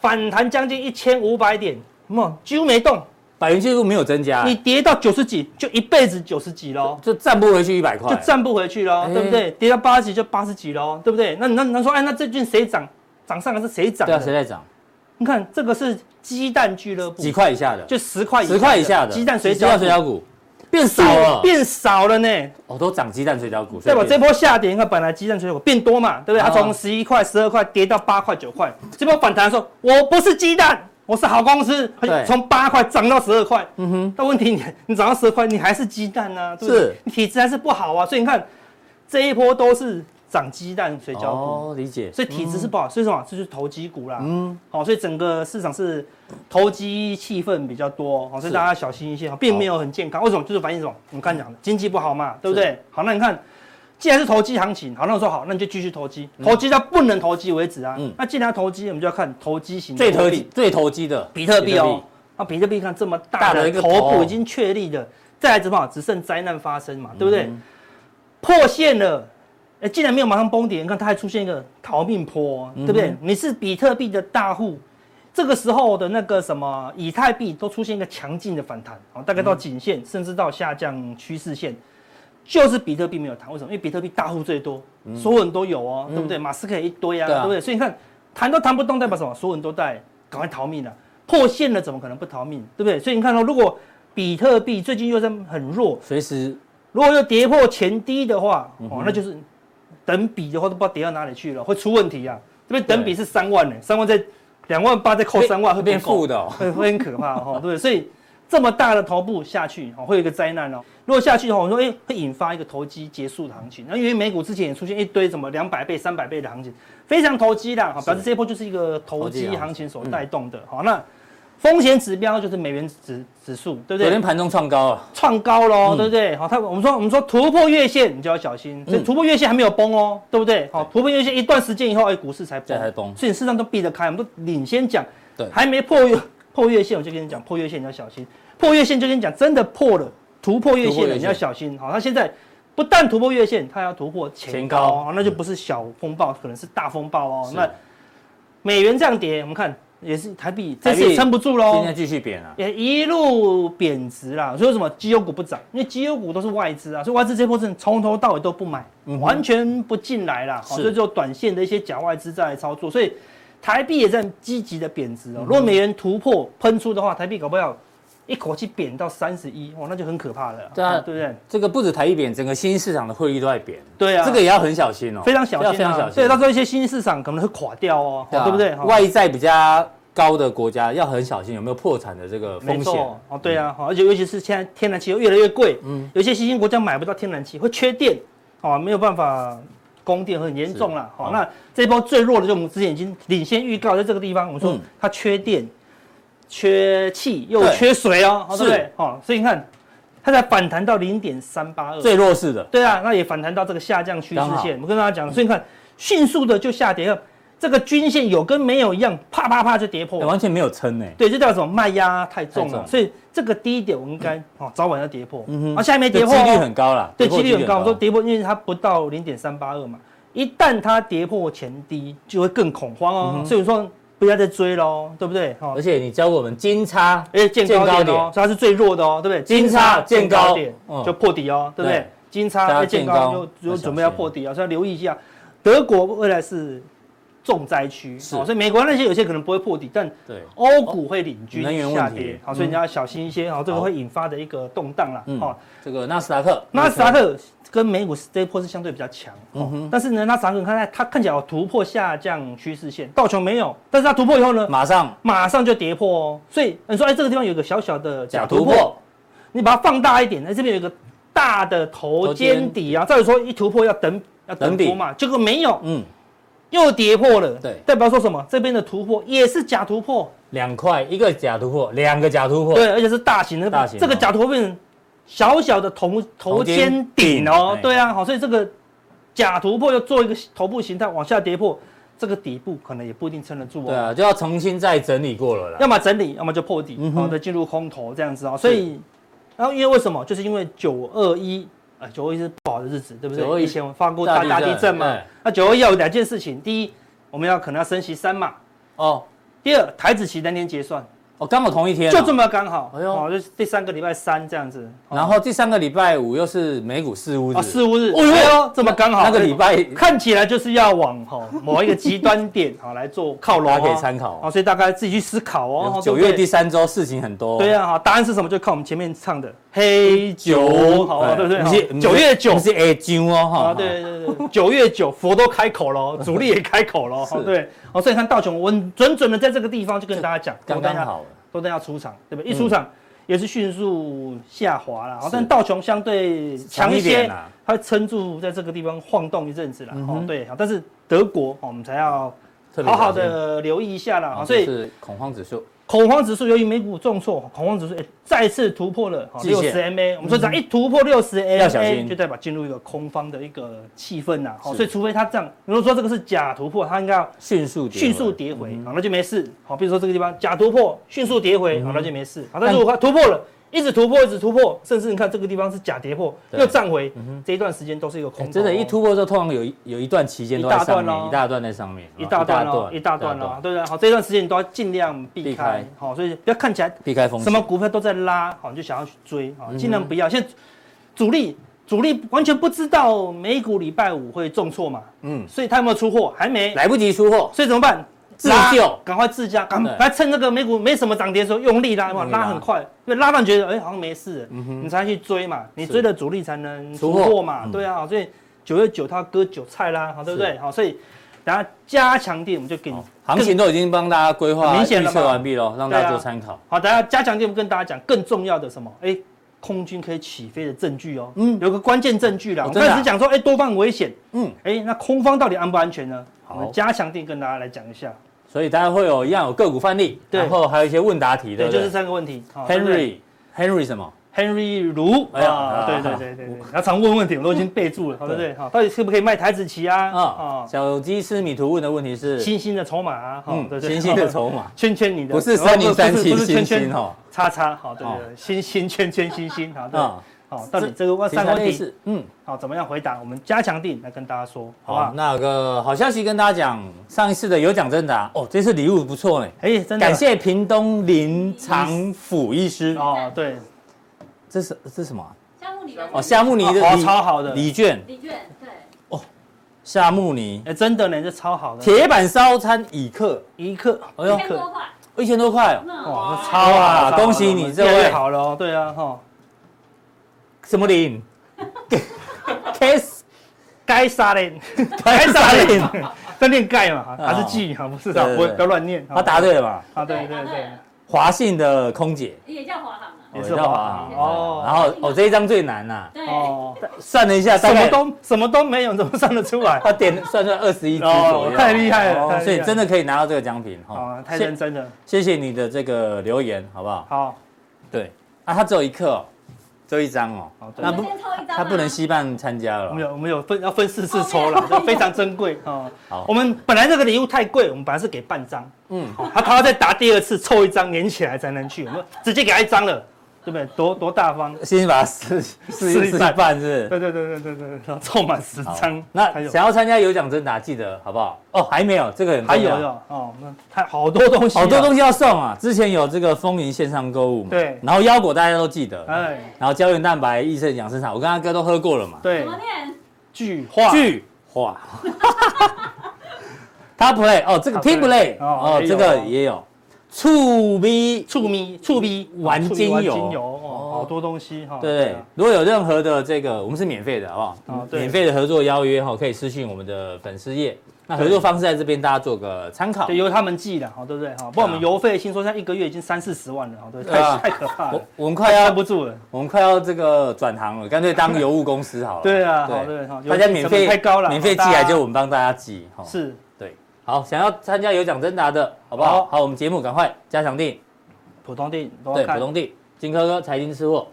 [SPEAKER 2] 反弹将近一千五百点，嘛几乎没动，
[SPEAKER 1] 百元俱乐部没有增加，
[SPEAKER 2] 你跌到九十几，就一辈子九十几喽。
[SPEAKER 1] 就站不回去一百块，
[SPEAKER 2] 就站不回去喽，
[SPEAKER 1] 哎
[SPEAKER 2] 对不对？跌到八十几就八十几喽，对不对？那你那你那说，哎，那最近谁涨？涨上来是谁涨
[SPEAKER 1] 对
[SPEAKER 2] 的
[SPEAKER 1] 啊，？谁在涨？
[SPEAKER 2] 你看这个是鸡蛋俱乐部，
[SPEAKER 1] 几块以下的，
[SPEAKER 2] 嗯就十块以下的
[SPEAKER 1] 十块以下的
[SPEAKER 2] 鸡蛋水
[SPEAKER 1] 鸡蛋水
[SPEAKER 2] 饺
[SPEAKER 1] 饺
[SPEAKER 2] 股，
[SPEAKER 1] 股，变少了，
[SPEAKER 2] 变少了呢。
[SPEAKER 1] 哦，都涨鸡蛋水饺股，
[SPEAKER 2] 对
[SPEAKER 1] 所
[SPEAKER 2] 吧？
[SPEAKER 1] 以
[SPEAKER 2] 这
[SPEAKER 1] 变
[SPEAKER 2] 波下跌，你看本来鸡蛋水果变多嘛，对不对？它
[SPEAKER 1] 哦
[SPEAKER 2] 从十一块、十二块跌到八块、九块，这波反弹说，我不是鸡蛋，我是好公司，它
[SPEAKER 1] 对
[SPEAKER 2] 就从八块涨到十二块。嗯哼，但问题你你涨到十二块，你还是鸡蛋啊，对不
[SPEAKER 1] 是
[SPEAKER 2] 对？你体质还是不好啊，所以你看这一波都是涨鸡蛋水饺股。
[SPEAKER 1] 哦，理解，
[SPEAKER 2] 所以体质是不好，所以什么？这就是投机股啦。嗯，好，所以整个市场是投机气氛比较多，好，所
[SPEAKER 1] 是
[SPEAKER 2] 以大家小心一些，好并没有很健康。为什么？就是反映什么？我们刚
[SPEAKER 1] 嗯
[SPEAKER 2] 才讲的经济不好嘛，对不对？好，那你看，既然是投机行情，好，那我说好，那你就继续投机，投机到不能投机为止啊
[SPEAKER 1] 嗯。
[SPEAKER 2] 那既然要投机，我们就要看投机型的
[SPEAKER 1] 最投
[SPEAKER 2] 货
[SPEAKER 1] 机最投机的
[SPEAKER 2] 比特币哦，啊，比特币看这么
[SPEAKER 1] 大
[SPEAKER 2] 大
[SPEAKER 1] 的
[SPEAKER 2] 的
[SPEAKER 1] 一个
[SPEAKER 2] 头
[SPEAKER 1] 头
[SPEAKER 2] 部已经确立的，再来怎么好，只剩灾难发生嘛，对不对？
[SPEAKER 1] 嗯
[SPEAKER 2] 破线了，哎，竟然没有马上崩跌，你看它还出现一个逃命坡、
[SPEAKER 1] 嗯
[SPEAKER 2] 对不对？你是比特币的大户，这个时候的那个什么以太币都出现一个强劲的反弹，哦，大概
[SPEAKER 1] 嗯
[SPEAKER 2] 到颈线，甚至到下降趋势线。就是比特币没有弹，为什么？因为比特币大户最多，所有人都有哦，对不对？马斯克也一堆
[SPEAKER 1] 嗯
[SPEAKER 2] 啊，
[SPEAKER 1] 对
[SPEAKER 2] 对
[SPEAKER 1] 啊
[SPEAKER 2] 不对？所以你看，弹都弹不动，代表什么？所有人都在赶快逃命了、啊破线了怎么可能不逃命？对不对？所以你看到、哦如果比特币最近又在很弱，
[SPEAKER 1] 随时
[SPEAKER 2] 如果又跌破前低的话，
[SPEAKER 1] 嗯
[SPEAKER 2] 哦，那就是等比的话都不知道跌到哪里去了，会出问题啊。这边等比是三万呢、欸三万再两万八再扣三万会
[SPEAKER 1] 会变
[SPEAKER 2] 负
[SPEAKER 1] 负的哦，
[SPEAKER 2] 会会很可怕哈、哦，对不 对？所以这么大的头部下去哦，会有一个灾难哦。如果下去的话，我说哎、会引发一个投机结束的行情。那因为美股之前也出现一堆什么两百倍、三百倍的行情，非常投机啦，哈、哦表示这一波就是一个投
[SPEAKER 1] 投机行
[SPEAKER 2] 机
[SPEAKER 1] 情嗯
[SPEAKER 2] 行情所带动的。好、那风险指标就是美元指指数，对
[SPEAKER 1] 昨
[SPEAKER 2] 不对
[SPEAKER 1] 天？盘中创高了，
[SPEAKER 2] 创高喽，
[SPEAKER 1] 嗯
[SPEAKER 2] 对不对？好，它我们说我们说突破月线，你就要小心。所以
[SPEAKER 1] 嗯
[SPEAKER 2] 突破月线还没有崩哦，对不对？好，突破月线一段时间以后，哎，股市才崩，
[SPEAKER 1] 才崩
[SPEAKER 2] 所以你市场都避得开，我们都领先讲。
[SPEAKER 1] 对
[SPEAKER 2] 还没破月 破月线，我就跟你讲，破月线你要小心。破月线就跟你讲，真的破了，突破月
[SPEAKER 1] 突破
[SPEAKER 2] 线
[SPEAKER 1] 月
[SPEAKER 2] 了，
[SPEAKER 1] 线
[SPEAKER 2] 你要小心。好，它现在不但突破月线，它还要突破前
[SPEAKER 1] 前
[SPEAKER 2] 高
[SPEAKER 1] 高
[SPEAKER 2] 哦，那就不是小风暴，可能是大风暴哦。
[SPEAKER 1] 是
[SPEAKER 2] 那美元这样跌，我们看也是台币，
[SPEAKER 1] 台
[SPEAKER 2] 这
[SPEAKER 1] 币
[SPEAKER 2] 次也撑不住喽。
[SPEAKER 1] 今天继续贬啊，
[SPEAKER 2] 也一路贬值啦。所以为什么绩优股不涨？因为绩优股都是外资啊，所以外资这波真的从头到尾都不买，完全不进来啦。
[SPEAKER 1] 嗯
[SPEAKER 2] 好，
[SPEAKER 1] 是
[SPEAKER 2] 所以只有短线的一些假外资在操作，所以台币也在积极的贬值哦、
[SPEAKER 1] 嗯
[SPEAKER 2] 如果美元突破喷出的话，台币搞不好一口气贬到三十一，哦哇，那就很可怕了，哦
[SPEAKER 1] 对啊
[SPEAKER 2] 对不对？
[SPEAKER 1] 这个不止台币贬，整个新兴市场的汇率都在贬，
[SPEAKER 2] 对啊，
[SPEAKER 1] 这个也要很小心哦，
[SPEAKER 2] 非常小心、
[SPEAKER 1] 要
[SPEAKER 2] 啊，
[SPEAKER 1] 非常小心，
[SPEAKER 2] 所以到时候一些新兴市场可能会垮掉哦，对
[SPEAKER 1] 啊
[SPEAKER 2] 不对？好
[SPEAKER 1] 外债比较高的国家要很小心，有没有破产的这个
[SPEAKER 2] 没
[SPEAKER 1] 风
[SPEAKER 2] 错
[SPEAKER 1] 险？，嗯
[SPEAKER 2] 哦，对啊，好，而且尤其是现在天然气又越来越贵，嗯，有些新兴国家买不到天然气，会缺电，哦，没有办法供电，很严重啦。
[SPEAKER 1] 是
[SPEAKER 2] 好、
[SPEAKER 1] 好
[SPEAKER 2] 那这一波最弱的，就我们之前已经领先预告，在这个地方，我们说
[SPEAKER 1] 嗯
[SPEAKER 2] 它缺电、缺气又
[SPEAKER 1] 对
[SPEAKER 2] 缺水哦，哦对不
[SPEAKER 1] 是
[SPEAKER 2] 对？哦，所以你看，它才反弹到零点三八二，
[SPEAKER 1] 最弱势的，
[SPEAKER 2] 对啊，那也反弹到这个下降趋势
[SPEAKER 1] 刚好
[SPEAKER 2] 线。我跟大家讲，所以你看，迅速的就下跌了，这个均线有跟没有一样，啪啪啪就跌破
[SPEAKER 1] 哎
[SPEAKER 2] 了。
[SPEAKER 1] 完全没有撑呢。
[SPEAKER 2] 对，就代表什么卖压太重
[SPEAKER 1] 太
[SPEAKER 2] 了，
[SPEAKER 1] 重
[SPEAKER 2] 所以这个低点我应该哦早晚要跌破，
[SPEAKER 1] 嗯哼
[SPEAKER 2] 嗯，而现在没
[SPEAKER 1] 这
[SPEAKER 2] 跌破
[SPEAKER 1] 几率
[SPEAKER 2] 哦，
[SPEAKER 1] 很高啦，
[SPEAKER 2] 对，
[SPEAKER 1] 跌破
[SPEAKER 2] 几率很高。我说跌破，因为它不到零点三八二嘛，一旦它跌破前低，就会更恐慌哦，所以我说不要再追喽，对不对？
[SPEAKER 1] 嗯
[SPEAKER 2] 哦
[SPEAKER 1] 而，且你教过我们金叉，
[SPEAKER 2] 而且见
[SPEAKER 1] 见
[SPEAKER 2] 高
[SPEAKER 1] 高
[SPEAKER 2] 点
[SPEAKER 1] 点
[SPEAKER 2] 哦，所以它是最弱的哦，对不对？
[SPEAKER 1] 金叉见高
[SPEAKER 2] 点
[SPEAKER 1] 嗯
[SPEAKER 2] 就破底哦，对不
[SPEAKER 1] 对
[SPEAKER 2] 对？金
[SPEAKER 1] 大家
[SPEAKER 2] 叉哎见
[SPEAKER 1] 见高
[SPEAKER 2] 高就
[SPEAKER 1] 要
[SPEAKER 2] 就
[SPEAKER 1] 小
[SPEAKER 2] 准备要
[SPEAKER 1] 心
[SPEAKER 2] 破底啊，所以要留意一下。德国未来是重灾区，
[SPEAKER 1] 是
[SPEAKER 2] 哦所以美国那些有些可能不会破底，但
[SPEAKER 1] 对，
[SPEAKER 2] 欧股会领军
[SPEAKER 1] 能源问
[SPEAKER 2] 下
[SPEAKER 1] 题
[SPEAKER 2] 跌，好，所以你要小心一些，好，这个会引发的一个动荡啦，
[SPEAKER 1] 嗯
[SPEAKER 2] 好，
[SPEAKER 1] 这个纳斯达克，
[SPEAKER 2] 纳斯达克跟美股这一波是相对比较强，
[SPEAKER 1] 嗯
[SPEAKER 2] 哦但是呢，纳斯达克你看它它看起来有突破下降趋势线，道琼没有，但是它突破以后呢，
[SPEAKER 1] 嗯马上
[SPEAKER 2] 马上就跌破哦，所以你说哎，这个地方有个小小的
[SPEAKER 1] 假
[SPEAKER 2] 假
[SPEAKER 1] 突
[SPEAKER 2] 突
[SPEAKER 1] 破
[SPEAKER 2] 破，，你把它放大一点，哎，这边有一个大的头肩底啊，照理说一突破要等要
[SPEAKER 1] 等
[SPEAKER 2] 等
[SPEAKER 1] 底
[SPEAKER 2] 波嘛，结果没有，
[SPEAKER 1] 嗯，
[SPEAKER 2] 又跌破了，
[SPEAKER 1] 对
[SPEAKER 2] 代表说什么？这边的突破也是假突破，
[SPEAKER 1] 两块一个假突破，两个假突破，
[SPEAKER 2] 对，而且是大型的，
[SPEAKER 1] 大型哦
[SPEAKER 2] 这个假头变成小小的头头肩顶
[SPEAKER 1] 头肩顶，
[SPEAKER 2] 哦
[SPEAKER 1] 哎
[SPEAKER 2] 对啊，好，所以这个假突破要做一个头部形态往下跌破，这个底部可能也不一定撑得住
[SPEAKER 1] 对
[SPEAKER 2] 哦，
[SPEAKER 1] 啊，就要重新再整理过了啦。
[SPEAKER 2] 要么整理，要么就破底，
[SPEAKER 1] 嗯
[SPEAKER 2] 好
[SPEAKER 1] 哼
[SPEAKER 2] 再进入空头这样子哦，所以，然后因为为什么？就是因为九二一。啊，九二一是不好的日子，对不对？
[SPEAKER 1] 921
[SPEAKER 2] 以前我们发过大
[SPEAKER 1] 大
[SPEAKER 2] 大
[SPEAKER 1] 地震哎
[SPEAKER 2] 地震嘛
[SPEAKER 1] 对。
[SPEAKER 2] 那九二一有两件事情，第一，我们要可能要升息三码；
[SPEAKER 1] 哦
[SPEAKER 2] 第二，台子期当天结算。
[SPEAKER 1] 哦，刚好同一天哦、
[SPEAKER 2] 就这么刚好，
[SPEAKER 1] 哎呦
[SPEAKER 2] 哦，就是第三个礼拜三这样子，哦
[SPEAKER 1] 然后第三个礼拜五又是美股四五日，
[SPEAKER 2] 啊四五日，
[SPEAKER 1] 哎呦
[SPEAKER 2] 哎呦，这么刚好，
[SPEAKER 1] 那个礼拜
[SPEAKER 2] 看起来就是要往哈某一个极端点好来做靠拢
[SPEAKER 1] 大
[SPEAKER 2] 哦，
[SPEAKER 1] 家可以参考
[SPEAKER 2] 哦，
[SPEAKER 1] 哦。
[SPEAKER 2] 所以大概自己去思考哦。
[SPEAKER 1] 九
[SPEAKER 2] 对
[SPEAKER 1] 月
[SPEAKER 2] 不
[SPEAKER 1] 第
[SPEAKER 2] 对
[SPEAKER 1] 三周事情很多，
[SPEAKER 2] 对啊，好，答案是什么？就看我们前面唱的黑
[SPEAKER 1] 九哎
[SPEAKER 2] 九，好，啊对不对
[SPEAKER 1] 不是
[SPEAKER 2] 好？九月九
[SPEAKER 1] 不是 A 九哦，哈
[SPEAKER 2] 啊，对对对对，九月九佛都开口喽，主力也开口喽，
[SPEAKER 1] 是
[SPEAKER 2] 哦对，哦，所以看道琼，我很准准的在这个地方就跟大家讲，
[SPEAKER 1] 刚
[SPEAKER 2] 都在
[SPEAKER 1] 刚
[SPEAKER 2] 那，
[SPEAKER 1] 好。
[SPEAKER 2] 都在要出场，对不对？一
[SPEAKER 1] 嗯
[SPEAKER 2] 出场也是迅速下滑啦，哦
[SPEAKER 1] 是
[SPEAKER 2] 但道琼相对强
[SPEAKER 1] 强
[SPEAKER 2] 一
[SPEAKER 1] 一
[SPEAKER 2] 些
[SPEAKER 1] 点啦，
[SPEAKER 2] 它会撑住在这个地方晃动一阵子啦，
[SPEAKER 1] 嗯
[SPEAKER 2] 哦
[SPEAKER 1] 哼
[SPEAKER 2] 对，好但是德国哦我们才要
[SPEAKER 1] 特别
[SPEAKER 2] 好好
[SPEAKER 1] 小心，
[SPEAKER 2] 的留意一下啦，
[SPEAKER 1] 啊
[SPEAKER 2] 哦所以
[SPEAKER 1] 这是恐慌指数，
[SPEAKER 2] 恐慌指数由于美股重挫，恐慌指数、哎再次突破了哦
[SPEAKER 1] 季
[SPEAKER 2] 六
[SPEAKER 1] 线
[SPEAKER 2] 十 MA。我们说只要一突破六十 MA，
[SPEAKER 1] 嗯要小心
[SPEAKER 2] 就代表进入一个空方的一个气氛呐、好，
[SPEAKER 1] 是
[SPEAKER 2] 所以除非它这样，如果说这个是假突破，它应该要
[SPEAKER 1] 迅速跌
[SPEAKER 2] 迅速
[SPEAKER 1] 回
[SPEAKER 2] 跌回，好，那就没事。好，比如说这个地方假突破，迅速跌
[SPEAKER 1] 嗯
[SPEAKER 2] 回，好，那就没事。好，但是如果它突破了。一直突破，一直突破，甚至你看这个地方是假跌破，
[SPEAKER 1] 对嗯
[SPEAKER 2] 又站回，这一段时间都是一个
[SPEAKER 1] 哎
[SPEAKER 2] 空头哦。
[SPEAKER 1] 真的，一突破之后，通常有一有一段期间都在
[SPEAKER 2] 一大
[SPEAKER 1] 上
[SPEAKER 2] 段
[SPEAKER 1] 面，
[SPEAKER 2] 哦
[SPEAKER 1] 一大段在上面，
[SPEAKER 2] 一大段哦，一大段哦，，对不对？好，这段时间你都要尽量避
[SPEAKER 1] 啊避
[SPEAKER 2] 开
[SPEAKER 1] 开，
[SPEAKER 2] 好，所以不要看起来
[SPEAKER 1] 避开风险。
[SPEAKER 2] 什么股票都在拉，好，你就想要去追啊，
[SPEAKER 1] 嗯
[SPEAKER 2] 尽量不要。现在主力主力完全不知道美股礼拜五会重挫嘛，
[SPEAKER 1] 嗯，
[SPEAKER 2] 所以他有没有出货？还没，
[SPEAKER 1] 来不及出货，
[SPEAKER 2] 所以怎么办？
[SPEAKER 1] 自
[SPEAKER 2] 拉
[SPEAKER 1] 救
[SPEAKER 2] 赶快自家，赶
[SPEAKER 1] 对
[SPEAKER 2] 快趁那个美股没什么涨跌的时候用力拉，有没
[SPEAKER 1] 用
[SPEAKER 2] 有
[SPEAKER 1] 力
[SPEAKER 2] 拉
[SPEAKER 1] 拉嗯
[SPEAKER 2] 很快，因为拉到你觉得哎好像没事，你才去追嘛，你
[SPEAKER 1] 是
[SPEAKER 2] 追了主力才能
[SPEAKER 1] 出
[SPEAKER 2] 出
[SPEAKER 1] 货
[SPEAKER 2] 货嘛，
[SPEAKER 1] 嗯
[SPEAKER 2] 对啊，所以九月九他割韭菜啦，好对不对？好，所以等下加强点我们就给你
[SPEAKER 1] 哦行情都已经帮大家规划、
[SPEAKER 2] 很
[SPEAKER 1] 预
[SPEAKER 2] 明显了嘛
[SPEAKER 1] 测完毕了，让大
[SPEAKER 2] 对啊
[SPEAKER 1] 家做参考。
[SPEAKER 2] 好，大家加强点，我们跟大家讲更重要的什么？哎，空军可以起飞的证据哦，嗯
[SPEAKER 1] 嗯，
[SPEAKER 2] 有个关键证据啦。
[SPEAKER 1] 哦
[SPEAKER 2] 我
[SPEAKER 1] 真的
[SPEAKER 2] 开
[SPEAKER 1] 啊
[SPEAKER 2] 始讲说，哎，多方很危险，
[SPEAKER 1] 嗯，
[SPEAKER 2] 哎，那空方到底安不安全呢？我
[SPEAKER 1] 好
[SPEAKER 2] 们加强点跟大家来讲一下，
[SPEAKER 1] 所以大家会有一样有个股范例，
[SPEAKER 2] 对
[SPEAKER 1] 然后还有一些问答题，对
[SPEAKER 2] 对，
[SPEAKER 1] 不
[SPEAKER 2] 就是
[SPEAKER 1] 对
[SPEAKER 2] 三个问题。好对不对
[SPEAKER 1] ？Henry Henry 什么？
[SPEAKER 2] Henry 卢
[SPEAKER 1] 哎呀
[SPEAKER 2] 啊，
[SPEAKER 1] 啊
[SPEAKER 2] 对对对对对，他常问问题，我都已经备注了，好对不对？好，到底是不是可以卖台子棋啊？
[SPEAKER 1] 啊
[SPEAKER 2] 啊，，
[SPEAKER 1] 小鸡吃米图问的问题是，
[SPEAKER 2] 新兴的筹码啊，哈
[SPEAKER 1] 嗯
[SPEAKER 2] 对，对，
[SPEAKER 1] 新兴的筹码
[SPEAKER 2] 圈圈你的
[SPEAKER 1] 不是
[SPEAKER 2] 哦不是
[SPEAKER 1] 3037
[SPEAKER 2] 不是不是圈圈
[SPEAKER 1] 星星哦
[SPEAKER 2] 叉叉，好对对对，星星圈圈星星，好对，
[SPEAKER 1] 啊，
[SPEAKER 2] 好，到底这个三个问
[SPEAKER 1] 类
[SPEAKER 2] 题
[SPEAKER 1] 似，嗯，
[SPEAKER 2] 好，怎么样回答？我们加强定来跟大家说，好不啊
[SPEAKER 1] 好啊
[SPEAKER 2] 好，？
[SPEAKER 1] 那有个好消息跟大家讲，上一次的有奖征答，哦，这次礼物不错呢，
[SPEAKER 2] 哎，真的
[SPEAKER 1] 感谢屏东林长甫医师，
[SPEAKER 2] 哦，对，
[SPEAKER 1] 这是这是什么啊？
[SPEAKER 3] 项目里面
[SPEAKER 1] 哦，夏慕尼的
[SPEAKER 2] 哦，
[SPEAKER 1] 礼
[SPEAKER 2] 超好的，
[SPEAKER 1] 礼券，
[SPEAKER 3] 李卷对，
[SPEAKER 1] 夏慕尼
[SPEAKER 2] 哎，真的呢，这超好的，
[SPEAKER 1] 铁板烧餐已客，
[SPEAKER 2] 一克，
[SPEAKER 1] 哎呦
[SPEAKER 3] 一千多块，
[SPEAKER 1] 一千多块哦，
[SPEAKER 3] 那
[SPEAKER 2] 哇，这
[SPEAKER 3] 哇
[SPEAKER 2] 超好
[SPEAKER 1] 哇
[SPEAKER 2] 超好
[SPEAKER 1] 恭喜你
[SPEAKER 2] 的
[SPEAKER 1] 这
[SPEAKER 2] 越来越
[SPEAKER 1] 位
[SPEAKER 2] 好了哦，对啊，哈，
[SPEAKER 1] 什么 林？Kiss
[SPEAKER 2] 该杀的，
[SPEAKER 1] 该 杀的
[SPEAKER 2] 在念盖嘛，
[SPEAKER 1] 哦
[SPEAKER 2] 还是记哈，不是
[SPEAKER 1] 对
[SPEAKER 2] 啊，
[SPEAKER 1] 对
[SPEAKER 2] 不会
[SPEAKER 1] 对
[SPEAKER 2] 不要乱念，
[SPEAKER 1] 他答对了吧？
[SPEAKER 2] 啊，对对
[SPEAKER 3] 答
[SPEAKER 2] 对
[SPEAKER 3] 对，了
[SPEAKER 1] 华信的空姐，
[SPEAKER 3] 也叫华航啊，
[SPEAKER 2] 也
[SPEAKER 1] 也
[SPEAKER 2] 是
[SPEAKER 1] 是
[SPEAKER 2] 华
[SPEAKER 1] 华
[SPEAKER 2] 航
[SPEAKER 1] 航
[SPEAKER 2] 哦
[SPEAKER 1] 然后哦这一张最难呐、
[SPEAKER 3] 对，
[SPEAKER 2] 哦，
[SPEAKER 1] 算了一下，
[SPEAKER 2] 什
[SPEAKER 1] 大
[SPEAKER 2] 么
[SPEAKER 1] 概
[SPEAKER 2] 都什么都没有，怎么算得出来？
[SPEAKER 1] 他点算出来二十一只左
[SPEAKER 2] 哦
[SPEAKER 1] 右，
[SPEAKER 2] 太厉害了太厉害了
[SPEAKER 1] 所以真的可以拿到这个奖品
[SPEAKER 2] 啊，
[SPEAKER 1] 哈。
[SPEAKER 2] 太
[SPEAKER 1] 谢
[SPEAKER 2] 认真了，
[SPEAKER 1] 谢谢你的这个留言，好不好？
[SPEAKER 2] 好，
[SPEAKER 1] 对，啊，他只有一克哦，只有一张哦
[SPEAKER 2] 哦，对
[SPEAKER 1] 那
[SPEAKER 3] 我
[SPEAKER 1] 不
[SPEAKER 3] 们先抽一张啊
[SPEAKER 1] 他不能稀办参加了
[SPEAKER 2] 我
[SPEAKER 1] 哦，
[SPEAKER 2] 们有我们有分要分四次抽了，
[SPEAKER 3] 哦
[SPEAKER 2] 非常珍贵啊。
[SPEAKER 1] 好
[SPEAKER 2] 我们本来这个礼物太贵，我们本来是给半张，嗯，他他要再答第二次，凑一张粘起来才能去，我们直接给他一张了，对不对？多多大方，
[SPEAKER 1] 先把它撕
[SPEAKER 2] 撕
[SPEAKER 1] 撕
[SPEAKER 2] 一
[SPEAKER 1] 一撕一
[SPEAKER 2] 半
[SPEAKER 1] 半是不
[SPEAKER 2] 对对对对对对，然后凑满
[SPEAKER 1] 是。
[SPEAKER 2] 十
[SPEAKER 1] 好
[SPEAKER 2] 张，还
[SPEAKER 1] 那
[SPEAKER 2] 有
[SPEAKER 1] 想要参加有奖征答，记得好不好？哦，还没有，这个很重
[SPEAKER 2] 还有
[SPEAKER 1] 要
[SPEAKER 2] 有哦，那太好多东西，
[SPEAKER 1] 好多东
[SPEAKER 2] 西，
[SPEAKER 1] 西要送啊！之前有这个风云线上购物嘛，
[SPEAKER 2] 对
[SPEAKER 1] 然后腰果大家都记得，
[SPEAKER 2] 哎，
[SPEAKER 1] 然后胶原蛋白、益肾养生茶，我跟阿哥都喝过了嘛。
[SPEAKER 2] 对
[SPEAKER 3] 怎，么念？
[SPEAKER 2] 句话
[SPEAKER 1] 巨化， 他 play 哦，这个
[SPEAKER 2] 啊
[SPEAKER 1] team play
[SPEAKER 2] play，哦
[SPEAKER 1] 哦，
[SPEAKER 2] 也有
[SPEAKER 1] 这个也有，醋咪
[SPEAKER 2] 醋咪醋咪
[SPEAKER 1] 玩
[SPEAKER 2] 醋咪
[SPEAKER 1] 精
[SPEAKER 2] 玩
[SPEAKER 1] 油
[SPEAKER 2] 精油哦，好多东西哈，
[SPEAKER 1] 对不对
[SPEAKER 2] 啊，
[SPEAKER 1] 如果有任何的这个，我们是免费的，好不
[SPEAKER 2] 哦
[SPEAKER 1] 好？
[SPEAKER 2] 对
[SPEAKER 1] 免费的合作邀约哈，可以私信我们的粉丝页。那合作方式在这边，大家做个参考
[SPEAKER 2] 就。由他们寄的，好对不对？哈，不然我们
[SPEAKER 1] 啊
[SPEAKER 2] 邮费听说现在一个月已经三四十万了，好对不对，
[SPEAKER 1] 对啊
[SPEAKER 2] 太太可怕
[SPEAKER 1] 我
[SPEAKER 2] 了，
[SPEAKER 1] 我们快
[SPEAKER 2] 快
[SPEAKER 1] 要
[SPEAKER 2] 压不住了。
[SPEAKER 1] 我们快要这个转行了，干脆当邮务公司好了。
[SPEAKER 2] 对啊好对好
[SPEAKER 1] 大家
[SPEAKER 2] 邮费
[SPEAKER 1] 免
[SPEAKER 2] 成本
[SPEAKER 1] 费
[SPEAKER 2] 太高了
[SPEAKER 1] 免费寄
[SPEAKER 2] 好大
[SPEAKER 1] 来
[SPEAKER 2] 家
[SPEAKER 1] 就我们帮大家寄。哈，
[SPEAKER 2] 是，
[SPEAKER 1] 对。好，想要参加有奖征答的，好不好？
[SPEAKER 2] 好
[SPEAKER 1] 好，我们节目赶快加强定，
[SPEAKER 2] 普通店都
[SPEAKER 1] 对，
[SPEAKER 2] 要
[SPEAKER 1] 普
[SPEAKER 2] 看，
[SPEAKER 1] 通地金科科财经吃货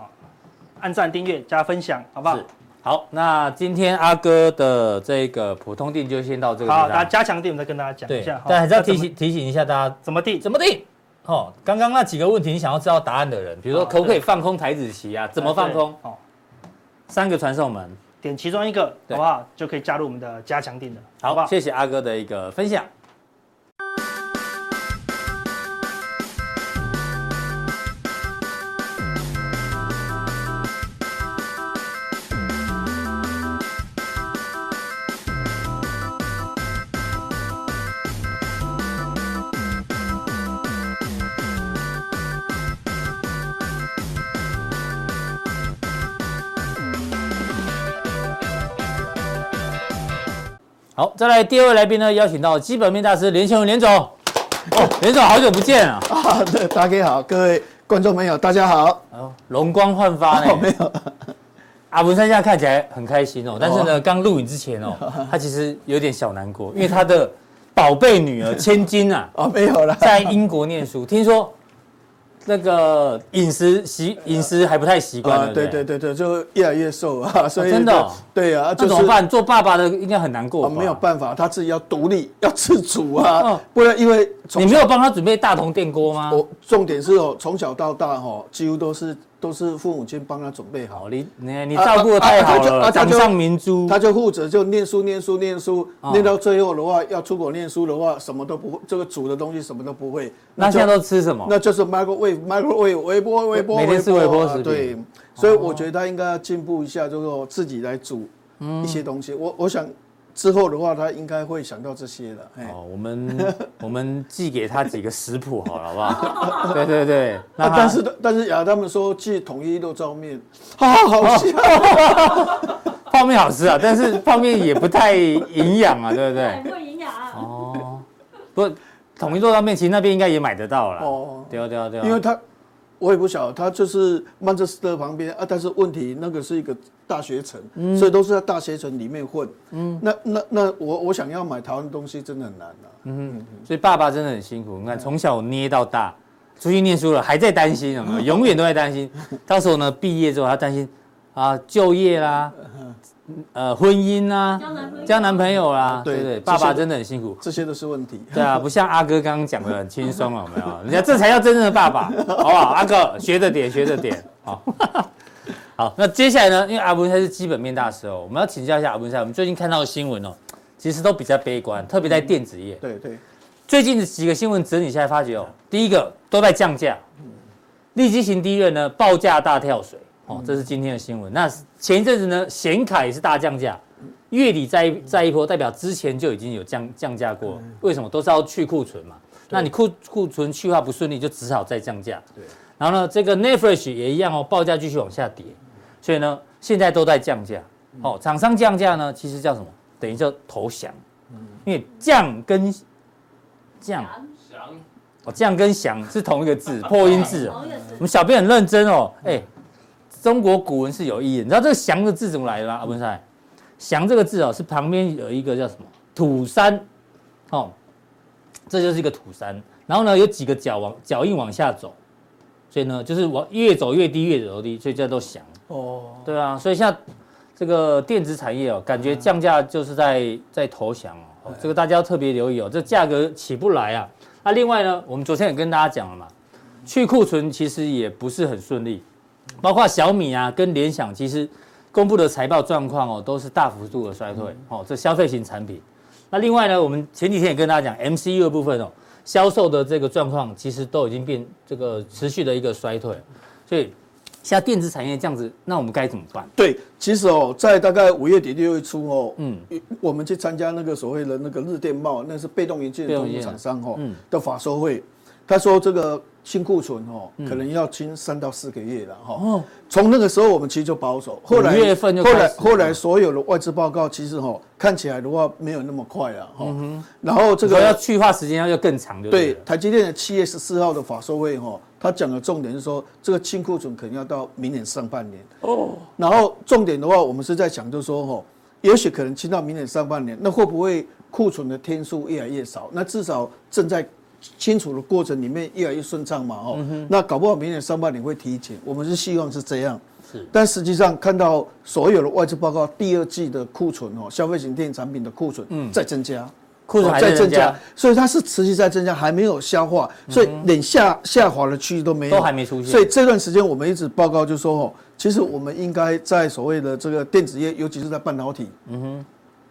[SPEAKER 2] 按赞、订阅、加分享，好不好
[SPEAKER 1] 是？。好，那今天阿哥的这个普通定就先到这个地
[SPEAKER 2] 好，大家
[SPEAKER 1] 方。
[SPEAKER 2] 加强定，我们再跟大家讲一
[SPEAKER 1] 对
[SPEAKER 2] 下。哈，
[SPEAKER 1] 但还是要
[SPEAKER 2] 怎
[SPEAKER 1] 提
[SPEAKER 2] 么
[SPEAKER 1] 醒提醒一下大家，
[SPEAKER 2] 怎么定，
[SPEAKER 1] 怎么定？哦，刚刚那几个问题，你想要知道答案的人，比如说
[SPEAKER 2] 啊
[SPEAKER 1] 可不可以
[SPEAKER 2] 对
[SPEAKER 1] 放空台子棋啊？怎么放空？
[SPEAKER 2] 对？哦，
[SPEAKER 1] 三个传送门。
[SPEAKER 2] 点其中一个，好
[SPEAKER 1] 对
[SPEAKER 2] 不好？就可以加入我们的加强定了，好不
[SPEAKER 1] 好，
[SPEAKER 2] 好？
[SPEAKER 1] 谢谢阿哥的一个分享。好，再来第二位来宾呢，邀请到基本面大师连前文连总。哦，连总好久不见啊，
[SPEAKER 4] 啊，对，大家好，各位观众朋友，大家好。
[SPEAKER 1] 哦容光焕发
[SPEAKER 4] 哦，没
[SPEAKER 1] 呢。
[SPEAKER 4] 有，
[SPEAKER 1] 阿文山现在看起来很开心哦，但是呢，刚录影之前哦，他其实有点小难过，因为他的宝贝女儿千金 啊，
[SPEAKER 4] 哦，没有了。
[SPEAKER 1] 在英国念书，听说那个饮食习饮食还不太习惯，
[SPEAKER 4] 啊，对
[SPEAKER 1] 不
[SPEAKER 4] 对对对，就越来越瘦啊，所以
[SPEAKER 1] 真的哦
[SPEAKER 4] 对啊，就
[SPEAKER 1] 那
[SPEAKER 4] 是
[SPEAKER 1] 怎么办？做爸爸的应该很难过
[SPEAKER 4] 啊，
[SPEAKER 1] 吧
[SPEAKER 4] 没有办法，他自己要独立，要自主啊
[SPEAKER 1] 哦，
[SPEAKER 4] 不然因为从
[SPEAKER 1] 你没有帮他准备大同电锅吗？
[SPEAKER 4] 我重点是哦，从小到大哈，几乎都是都是父母亲帮他准备好
[SPEAKER 1] 好，，你你你
[SPEAKER 4] 啊
[SPEAKER 1] 照顾的太好
[SPEAKER 4] 啊
[SPEAKER 1] 了，
[SPEAKER 4] 啊他
[SPEAKER 1] 掌
[SPEAKER 4] 就
[SPEAKER 1] 上明珠。
[SPEAKER 4] 他就负责就念书念书念书，
[SPEAKER 1] 哦
[SPEAKER 4] 念到最后的话，要出国念书的话，什么都不会，这个煮的东西什么都不会。
[SPEAKER 1] 那
[SPEAKER 4] 就
[SPEAKER 1] 现在都吃什么？
[SPEAKER 4] 那就是 microwave microwave 微波微波，
[SPEAKER 1] 每天吃微波食品
[SPEAKER 4] 对，所以我觉得他应该要进步一下，就是说自己来煮一些东西。我我想之后的话，他应该会想到这些了。哎，
[SPEAKER 1] 哦，我们 我们寄给他几个食谱好了，好不 好？对对对，那
[SPEAKER 4] 啊
[SPEAKER 1] 他
[SPEAKER 4] 但是但是呀，他们说去统一肉燥面，好好笑。
[SPEAKER 1] 泡面好吃啊，但是泡面也不太营养啊， 对不对
[SPEAKER 3] 很？会营养啊。
[SPEAKER 1] 哦，不，统一做到面，其实那边应该也买得到了。哦
[SPEAKER 4] 哦，
[SPEAKER 1] 对啊对啊对啊，
[SPEAKER 4] 因为他我也不晓得，他就是曼彻斯特旁边啊，但是问题那个是一个大学城，所以都是在大学城里面混。嗯，那那那我我想要买台湾东西真的很难啊。
[SPEAKER 1] 所以爸爸真的很辛苦。你看，
[SPEAKER 4] 嗯
[SPEAKER 1] 从小捏到大，出去念书了，还在担心，有没有？永远都在担心。到时候呢，毕业之后，他担心啊，就业啦，
[SPEAKER 4] 嗯
[SPEAKER 1] 呃，婚姻啦，
[SPEAKER 3] 交男朋友
[SPEAKER 1] 交男朋友啦，对
[SPEAKER 4] 对
[SPEAKER 1] 不对，
[SPEAKER 4] 这些
[SPEAKER 1] 爸爸真的很辛苦。
[SPEAKER 4] 这些都是问题。
[SPEAKER 1] 对啊，不像阿哥刚刚讲的很轻松了，有没有？人家这才叫真正的爸爸，好不好？阿哥学着点，学着点，好。 好，那接下来呢？因为阿文才是基本面大师哦，我们要请教一下阿文才。我们最近看到的新闻哦，其实都比较悲观，特别在电子业。
[SPEAKER 4] 对对，
[SPEAKER 1] 最近的几个新闻整理下来，发觉哦，第一个都在降价，立基型低院呢报价大跳水哦，这是今天的新闻。那前一阵子呢，显卡也是大降价，月底再一再一波，代表之前就已经有降降价过了。为什么？都是要去库存嘛。那你库库存去化不顺利，就只好再降价。
[SPEAKER 4] 对。
[SPEAKER 1] 然后呢，这个 Netfresh 也一样哦，报价继续往下跌，所以呢，现在都在降价。哦，厂商降价呢，其实叫什么？等于叫投降，因为降跟降哦，降跟降是同一个字，破音字哦。
[SPEAKER 3] 好远
[SPEAKER 1] 我们小编很认真哦，哎、中国古文是有意义的。你知道这个“降”的字怎么来的吗？阿文赛，“降”这个字哦，是旁边有一个叫什么土山，哦，这就是一个土山。然后呢，有几个脚往脚印往下走，所以呢，就是往越走越低，越走越低，所以叫做降。
[SPEAKER 4] 哦，
[SPEAKER 1] 对啊，所以现在这个电子产业哦，感觉降价就是在在投降哦哦，这个大家要特别留意哦，这价格起不来啊。那、另外呢，我们昨天也跟大家讲了嘛，去库存其实也不是很顺利，包括小米啊跟联想，其实公布的财报状况哦都是大幅度的衰退哦，这消费型产品。那另外呢，我们前几天也跟大家讲 MCU 的部分哦，销售的这个状况其实都已经变这个持续的一个衰退，所以现在电子产业这样子，那我们该怎么办？
[SPEAKER 4] 对，其实哦，在大概五月底六月初哦，
[SPEAKER 1] 嗯
[SPEAKER 4] 嗯，我们去参加那个所谓的那个日电贸，那是被动元件的供应厂商哦、
[SPEAKER 1] 嗯
[SPEAKER 4] 的法收会，他说这个清库存哦，
[SPEAKER 1] 嗯
[SPEAKER 4] 可能要清三到四个月了哈、哦。从那个时候我们其实就保守，后来
[SPEAKER 1] 五月份就
[SPEAKER 4] 后
[SPEAKER 1] 开始
[SPEAKER 4] 来
[SPEAKER 1] 了
[SPEAKER 4] 后来所有的外资报告其实哦，看起来的话没有那么快啊
[SPEAKER 1] 嗯
[SPEAKER 4] 哈、然后这
[SPEAKER 1] 这个要
[SPEAKER 4] 个
[SPEAKER 1] 去化时间要要更长就对
[SPEAKER 4] 对
[SPEAKER 1] 了。
[SPEAKER 4] 台积电的七月十四号的法收会哈、哦，他讲的重点是说这个清库存可能要到明年上半年。
[SPEAKER 1] 哦
[SPEAKER 4] 然后重点的话，我们是在想，就是说吼，也许可能清到明年上半年，那会不会库存的天数越来越少？那至少正在清楚的过程里面越来越顺畅嘛，哦，
[SPEAKER 1] 嗯
[SPEAKER 4] 那搞不好明年上半年会提前，我们是希望是这样。
[SPEAKER 1] 是
[SPEAKER 4] 但实际上看到所有的外资报告，第二季的库存哦，消费型电子产品的库存在增加。
[SPEAKER 1] 嗯
[SPEAKER 4] 哦
[SPEAKER 1] 库存还在
[SPEAKER 4] 在
[SPEAKER 1] 增加，，
[SPEAKER 4] 所以它是持续在增加，还没有消化，所以连下下滑的区域都没
[SPEAKER 1] 嗯
[SPEAKER 4] 有，
[SPEAKER 1] 都还没出现
[SPEAKER 4] 所以这段时间我们一直报告就说哦，其实我们应该在所谓的这个电子业，尤其是在半导体，嗯哼，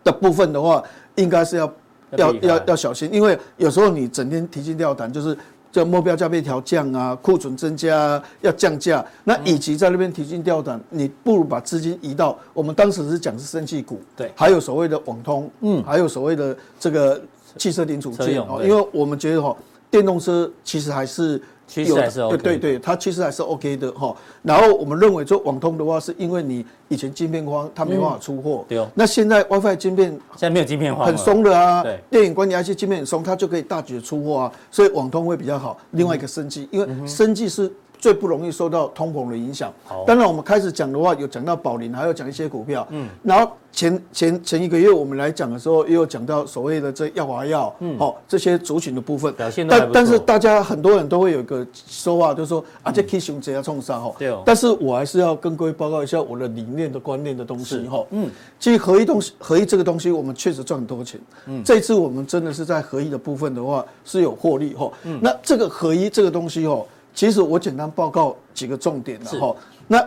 [SPEAKER 4] 的部分的话，应该是要
[SPEAKER 1] 要
[SPEAKER 4] 要
[SPEAKER 1] 避开
[SPEAKER 4] 要要小心，因为有时候你整天提心吊胆，就是这目标价被调降啊，库存增加、啊，要降价，那以
[SPEAKER 1] 嗯
[SPEAKER 4] 及在那边提心吊胆，你不如把资金移到我们当时是讲是生气股，
[SPEAKER 1] 对
[SPEAKER 4] 还有所谓的网通，
[SPEAKER 1] 嗯
[SPEAKER 4] 嗯，还有所谓的这个汽车零组
[SPEAKER 1] 车
[SPEAKER 4] 件
[SPEAKER 1] 用
[SPEAKER 4] 哦，
[SPEAKER 1] 对
[SPEAKER 4] 因为我们觉得哈、电动车其实还是
[SPEAKER 1] 趋势还是
[SPEAKER 4] 有
[SPEAKER 1] OK
[SPEAKER 4] 的呃对对对，它趋势还是 OK 的哈。然后我们认为说网通的话，是因为你以前晶片荒，它没办法出货。
[SPEAKER 1] 对哦
[SPEAKER 4] 那现在 WiFi 晶片
[SPEAKER 1] 现在没有晶片化，
[SPEAKER 4] 很。松的啊
[SPEAKER 1] 对，
[SPEAKER 4] 电影管理 IC 晶片很松，它就可以大举出货啊，所以网通会比较好。另外一个生技，
[SPEAKER 1] 嗯
[SPEAKER 4] 因为生技是最不容易受到通膨的影响
[SPEAKER 1] 好。
[SPEAKER 4] 当然，我们开始讲的话，有讲到宝林，还有讲一些股票。嗯，然后前前前一个月我们来讲的时候，也有讲到所谓的这药华药，哦，这些族群的部
[SPEAKER 1] 嗯
[SPEAKER 4] 分
[SPEAKER 1] 表现都还
[SPEAKER 4] 但
[SPEAKER 1] 不错
[SPEAKER 4] 但是大家很多人都会有一个说法，就是说啊，这 K 熊怎样冲杀哈。
[SPEAKER 1] 对哦
[SPEAKER 4] 但是我还是要跟各位报告一下我的理念的观念的东西哈。嗯，其实合一东西，合一这个东西，我们确实赚很多钱。嗯，这次我们真的是在合一的部分的话是有获利哈。嗯，那这个合一这个东西哈，其实我简单报告几个重点了
[SPEAKER 1] 是
[SPEAKER 4] 哈。那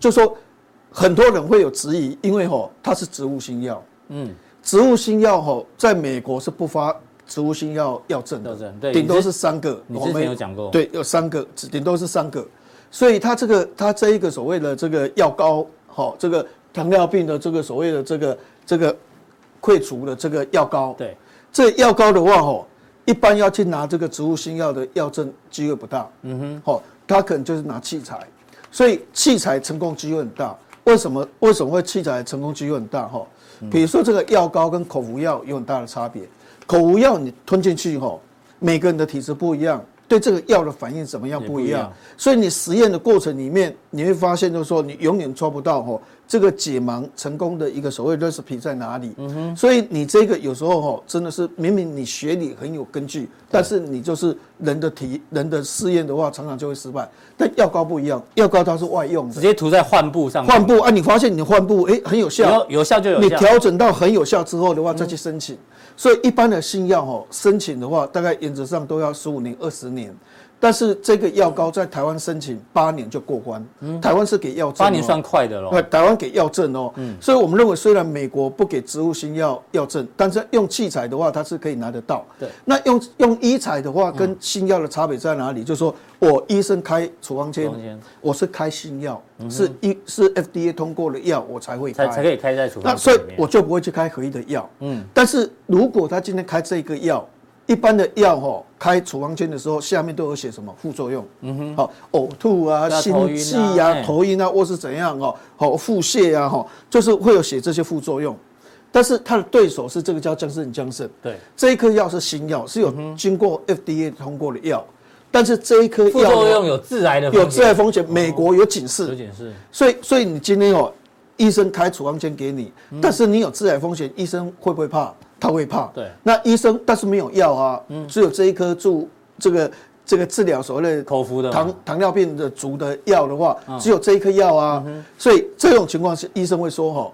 [SPEAKER 4] 就说很多人会有质疑，因为哈它是植物新药，
[SPEAKER 1] 嗯，
[SPEAKER 4] 植物新药哈在美国是不发植物新药药证
[SPEAKER 1] 药
[SPEAKER 4] 的
[SPEAKER 1] 证，对
[SPEAKER 4] 顶多
[SPEAKER 1] 你之
[SPEAKER 4] 是三个。
[SPEAKER 1] 你
[SPEAKER 4] 我
[SPEAKER 1] 之前
[SPEAKER 4] 们
[SPEAKER 1] 有讲过
[SPEAKER 4] 对，有三个，顶多是三个。所以它这个它这一个所谓的这个药膏，好、这个糖尿病的这个所谓的这个这个溃除的这个药膏，
[SPEAKER 1] 对，
[SPEAKER 4] 这药膏的话，吼，一般要去拿这个植物新药的药证机会不大。嗯哼，吼，他可能就是拿器材，所以器材成功机会很大。为什么为什么会器材成功机会很大？吼，比如说这个药膏跟口服药有很大的差别。口服药你吞进去吼，每个人的体质不一样，对这个药的反应怎么样
[SPEAKER 1] 也
[SPEAKER 4] 不
[SPEAKER 1] 不一
[SPEAKER 4] 一样
[SPEAKER 1] 样，
[SPEAKER 4] 所以你实验的过程里面，你会发现就是说，你永远抓不到吼这个解盲成功的一个所谓 recipe 在哪里。所以你这个有时候吼真的是明明你学理很有根据，但是你就是人的体人的试验的话，常常就会失败。但药膏不一样，药膏它是外用
[SPEAKER 1] 直
[SPEAKER 4] 的，
[SPEAKER 1] 接涂在患部上面，
[SPEAKER 4] 换布啊，你发现你的换布哎很有效，
[SPEAKER 1] 有有效就有
[SPEAKER 4] 你
[SPEAKER 1] 效，嗯
[SPEAKER 4] 调整到很有效之后的话，再去申请。所以一般的新药哦，申请的话，大概原则上都要十五年、二十年。但是这个药膏在台湾申请八年就过关，台湾是给药证
[SPEAKER 1] 嗯
[SPEAKER 4] 哦
[SPEAKER 1] 八年算嗯快的喽
[SPEAKER 4] 对，。台湾给药证哦，所以我们认为虽然美国不给植物新药药证，但是用器材的话，它是可以拿得到。
[SPEAKER 1] 对，
[SPEAKER 4] 那用用医材的话，跟新药的差别在哪里？就是说我医生开处方签
[SPEAKER 1] 处方签，
[SPEAKER 4] 我是开新药，是一是 FDA 通过的药，我才会
[SPEAKER 1] 才
[SPEAKER 4] 开，
[SPEAKER 1] 才可以开在处
[SPEAKER 4] 那
[SPEAKER 1] 方
[SPEAKER 4] 所
[SPEAKER 1] 签
[SPEAKER 4] 以
[SPEAKER 1] 里面。
[SPEAKER 4] 我就不会去开合一的药。嗯，但是如果他今天开这个药，一般的药哦，开处方签的时候，下面都有写什么副作用？嗯哼，好，呕吐啊、
[SPEAKER 1] 对啊
[SPEAKER 4] 心
[SPEAKER 1] 头晕啊
[SPEAKER 4] 悸啊
[SPEAKER 1] 哎、
[SPEAKER 4] 头晕啊，或是怎样哦，好腹泻啊，哈，就是会有写这些副作用。但是他的对手是这个叫江森江森，
[SPEAKER 1] 对，
[SPEAKER 4] 这一颗药是新药，是
[SPEAKER 1] 嗯
[SPEAKER 4] 有经过 FDA 通过的药，但是这一颗
[SPEAKER 1] 副
[SPEAKER 4] 药
[SPEAKER 1] 作
[SPEAKER 4] 呢
[SPEAKER 1] 用有致癌的风险，哦
[SPEAKER 4] 有致癌风险，美国有警示
[SPEAKER 1] 有，点是
[SPEAKER 4] 所以，所以你今天哦，医生开处方签给你，但是你有致癌风险，医生会不会怕？他会怕。
[SPEAKER 1] 对
[SPEAKER 4] 那医生但是没有药啊，只有这一颗注这个这个治疗所谓的
[SPEAKER 1] 口服的嘛嗯
[SPEAKER 4] 糖糖尿病的足的药的话，只有这一颗药啊。所以这种情况是医生会说哦，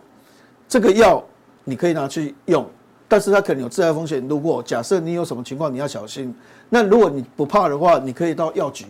[SPEAKER 4] 这个药你可以拿去用，但是它可能有致癌风险。如果假设你有什么情况，你要小心。那如果你不怕的话，你可以到药局，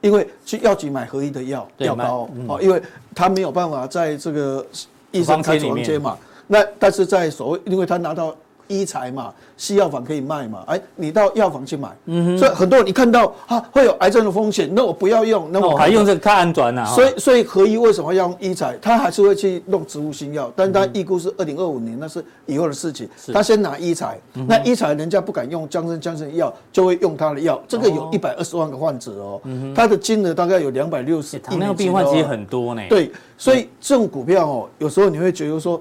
[SPEAKER 4] 因为去药局买合一的药
[SPEAKER 1] 对
[SPEAKER 4] 药
[SPEAKER 1] 买嗯
[SPEAKER 4] 膏哦，因为它没有办法在这个医生开
[SPEAKER 1] 处
[SPEAKER 4] 处方
[SPEAKER 1] 方签里
[SPEAKER 4] 签嘛。那但是在所谓，因为他拿到医材嘛，西药房可以卖嘛，哎，你到药房去买。
[SPEAKER 1] 嗯
[SPEAKER 4] 所以很多人一看到啊会有癌症的风险，那我不要用，那
[SPEAKER 1] 那
[SPEAKER 4] 我
[SPEAKER 1] 我哦还
[SPEAKER 4] 可以
[SPEAKER 1] 用这个看安转呢、啊？
[SPEAKER 4] 所以，所以合一为什么要用医材？他还是会去弄植物新药，但是他预估是二零二五年，那是以后的事情。他先拿医材，
[SPEAKER 1] 嗯
[SPEAKER 4] 那医材人家不敢用江森江森药，就会用他的药。这个
[SPEAKER 1] 哦
[SPEAKER 4] 有一百二十万个患者哦，他的金额大概有两百六
[SPEAKER 1] 欸
[SPEAKER 4] 十亿。
[SPEAKER 1] 嗯
[SPEAKER 4] 哦
[SPEAKER 1] 糖尿病患其实很多呢。，
[SPEAKER 4] 对，所以这种股票哦，有时候你会觉得说，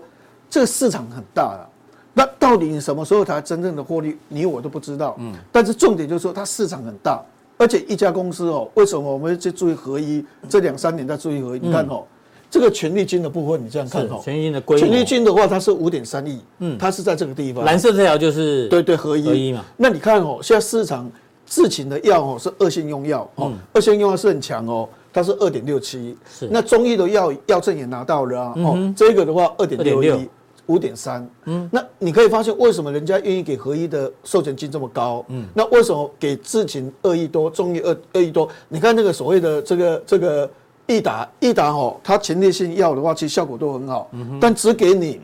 [SPEAKER 4] 这个市场很大了。那到底你什么时候才真正的获利，你我都不知道。嗯，但是重点就是说，它市场很大，而且一家公司哦，为什么我们会去注意合一？这两三年在注意合一，你看哦，这个权利金的部分，你这样看
[SPEAKER 1] 嗯是
[SPEAKER 4] 哦，
[SPEAKER 1] 权益金的规模。
[SPEAKER 4] 权利金的话，它是五点三亿，嗯，它是在这个地方。
[SPEAKER 1] 蓝色这条就是
[SPEAKER 4] 对对，合一
[SPEAKER 1] 合一嘛。
[SPEAKER 4] 那你看哦，现在市场自请的药哦是二线用药哦，二线用药是很强哦，它是二点六七。
[SPEAKER 1] 是
[SPEAKER 4] 那中医的药药证也拿到了啊，哦，这个的话二点六
[SPEAKER 1] 2.61
[SPEAKER 4] 一。五点三，嗯，那你可以发现为什么人家愿意给合一的授权金这么高，嗯，那为什么给自请二亿多，中医二二亿多？你看那个所谓的这个这个益达益达哦，它前列腺药的话，其实效果都很好，但只给你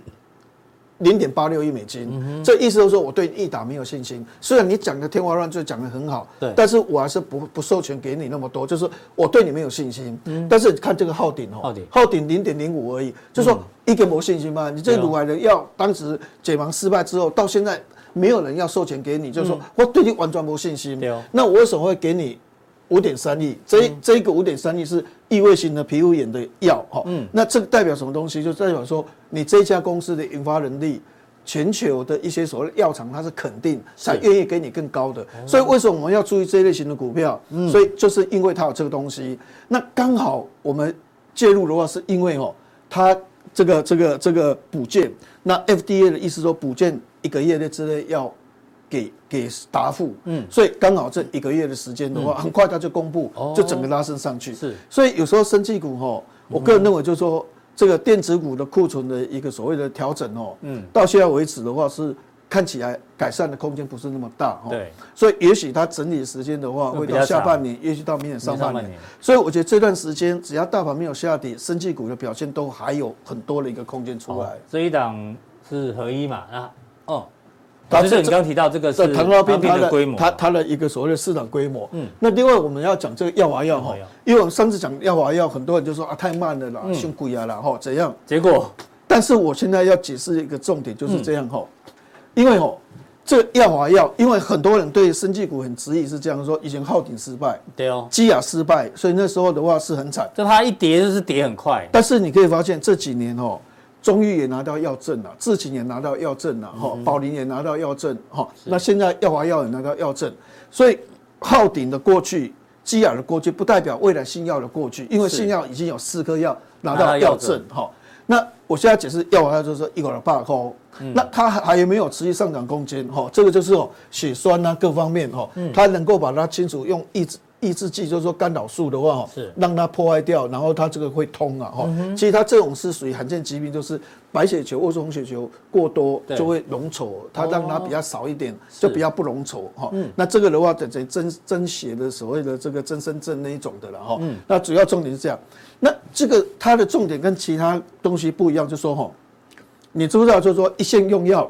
[SPEAKER 4] 零点八六亿美
[SPEAKER 1] 嗯
[SPEAKER 4] 金，这意思就是说我对益达没有信心。虽然你讲的天花乱坠讲的很好，
[SPEAKER 1] 对
[SPEAKER 4] 但是我还是不不授权给你那么多，就是我对你没有信心。但是你看这个浩鼎哦，
[SPEAKER 1] 嗯浩鼎嗯
[SPEAKER 4] 浩鼎零点零五而已，就说一个没信心嘛。你这
[SPEAKER 1] 对啊
[SPEAKER 4] 乳癌的药当时解盲失败之后，到现在
[SPEAKER 1] 嗯
[SPEAKER 4] 没有人要授权给你，就是说我对你完全没信心嗯
[SPEAKER 1] 对哦。
[SPEAKER 4] 那我为什么会给你？五点三亿，这这一个五点三亿是异位性的皮肤炎的药哈。嗯，那这个代表什么东西？就代表说你这家公司的研发能力。全球的一些所谓的药厂，它是哦肯定才愿意给你更高的，所以为什么我们要注意这一类型的股票？所以就是因为它有这个东西。那刚好我们介入的话，是因为哦，它这个这个这个补件，那 FDA 的意思说补件一个月内之内要给给答复，嗯，所以刚好这一个月的时间的话，很快它就公布，就整个拉升上去。
[SPEAKER 1] 是，
[SPEAKER 4] 所以有时候生技股
[SPEAKER 1] 嗯
[SPEAKER 4] 哈，我个人认为就是说。这个电子股的库存的一个所谓的调整哦，嗯，到现在为止的话是看起来改善的空间不是那么大哦，
[SPEAKER 1] 对，
[SPEAKER 4] 所以也许它整理的时间的话
[SPEAKER 1] 会
[SPEAKER 4] 会
[SPEAKER 1] 比
[SPEAKER 4] 到
[SPEAKER 1] 较
[SPEAKER 4] 下
[SPEAKER 1] 长
[SPEAKER 4] 半年，也许到明年上半
[SPEAKER 1] 明年上半
[SPEAKER 4] 年
[SPEAKER 1] 年，
[SPEAKER 4] 所以我觉得这段时间只要大盘没有下跌，生技股的表现都还有很多的一个空间出来。
[SPEAKER 1] 这一档是合一嘛？啊，哦，
[SPEAKER 4] 它
[SPEAKER 1] 就是
[SPEAKER 4] 这
[SPEAKER 1] 你刚刚提到这个
[SPEAKER 4] 这
[SPEAKER 1] 是
[SPEAKER 4] 糖尿病它
[SPEAKER 1] 的
[SPEAKER 4] 的
[SPEAKER 1] 规模，
[SPEAKER 4] 它它的一个所谓的市场规模。
[SPEAKER 1] 嗯
[SPEAKER 4] 嗯，那另外我们要讲这个药华药
[SPEAKER 1] 药华嗯
[SPEAKER 4] 哈
[SPEAKER 1] 药，
[SPEAKER 4] 因为我们上次讲药华药，很多人就说啊太慢了啦，胸贵啊啦哈怎样？
[SPEAKER 1] 结果
[SPEAKER 4] 但是我现在要解释一个重点，就是
[SPEAKER 1] 嗯
[SPEAKER 4] 这样吼，因为吼，这个药华药，因为很多人对生技股很质疑，是这样说，以前浩鼎失败，
[SPEAKER 1] 对哦，
[SPEAKER 4] 基亚失败，所以那时候的话是很惨。
[SPEAKER 1] 就它一跌就是跌很快，
[SPEAKER 4] 但是你可以发现这几年哦，中裕也拿到药证了，智勤也拿到药证了，哈、
[SPEAKER 1] 嗯
[SPEAKER 4] 宝林也拿到药证，哈、那现在药华药也拿到药证，所以浩鼎的过去、基雅的过去，不代表未来新药的过去，因为
[SPEAKER 1] 是
[SPEAKER 4] 新药已经有四颗药拿
[SPEAKER 1] 拿到
[SPEAKER 4] 到
[SPEAKER 1] 药
[SPEAKER 4] 药
[SPEAKER 1] 证
[SPEAKER 4] 证，哈、那我现在解释药华药就是说一个八块，
[SPEAKER 1] 嗯
[SPEAKER 4] 那它还还有没有持续上涨空间？哈、这个就是哦，血栓啊各方面哈、
[SPEAKER 1] 嗯
[SPEAKER 4] 它能够把它清除用抑制抑制剂，就是说干扰素的话哈、
[SPEAKER 1] 是嗯
[SPEAKER 4] 让它破坏掉，然后它这个会通啊哈。其实它这种是属于罕见疾病，就是白血球或是红血球过多
[SPEAKER 1] 对
[SPEAKER 4] 就会浓稠，它让它比较少一点，就比较不浓稠哈
[SPEAKER 1] 嗯。
[SPEAKER 4] 那这个的话，等于增增血的所谓的这个增生症那一种的了哈。
[SPEAKER 1] 嗯
[SPEAKER 4] 那主要重点是这样。那这个它的重点跟其他东西不一样，就说哈，你知不知道？就是说一线用药，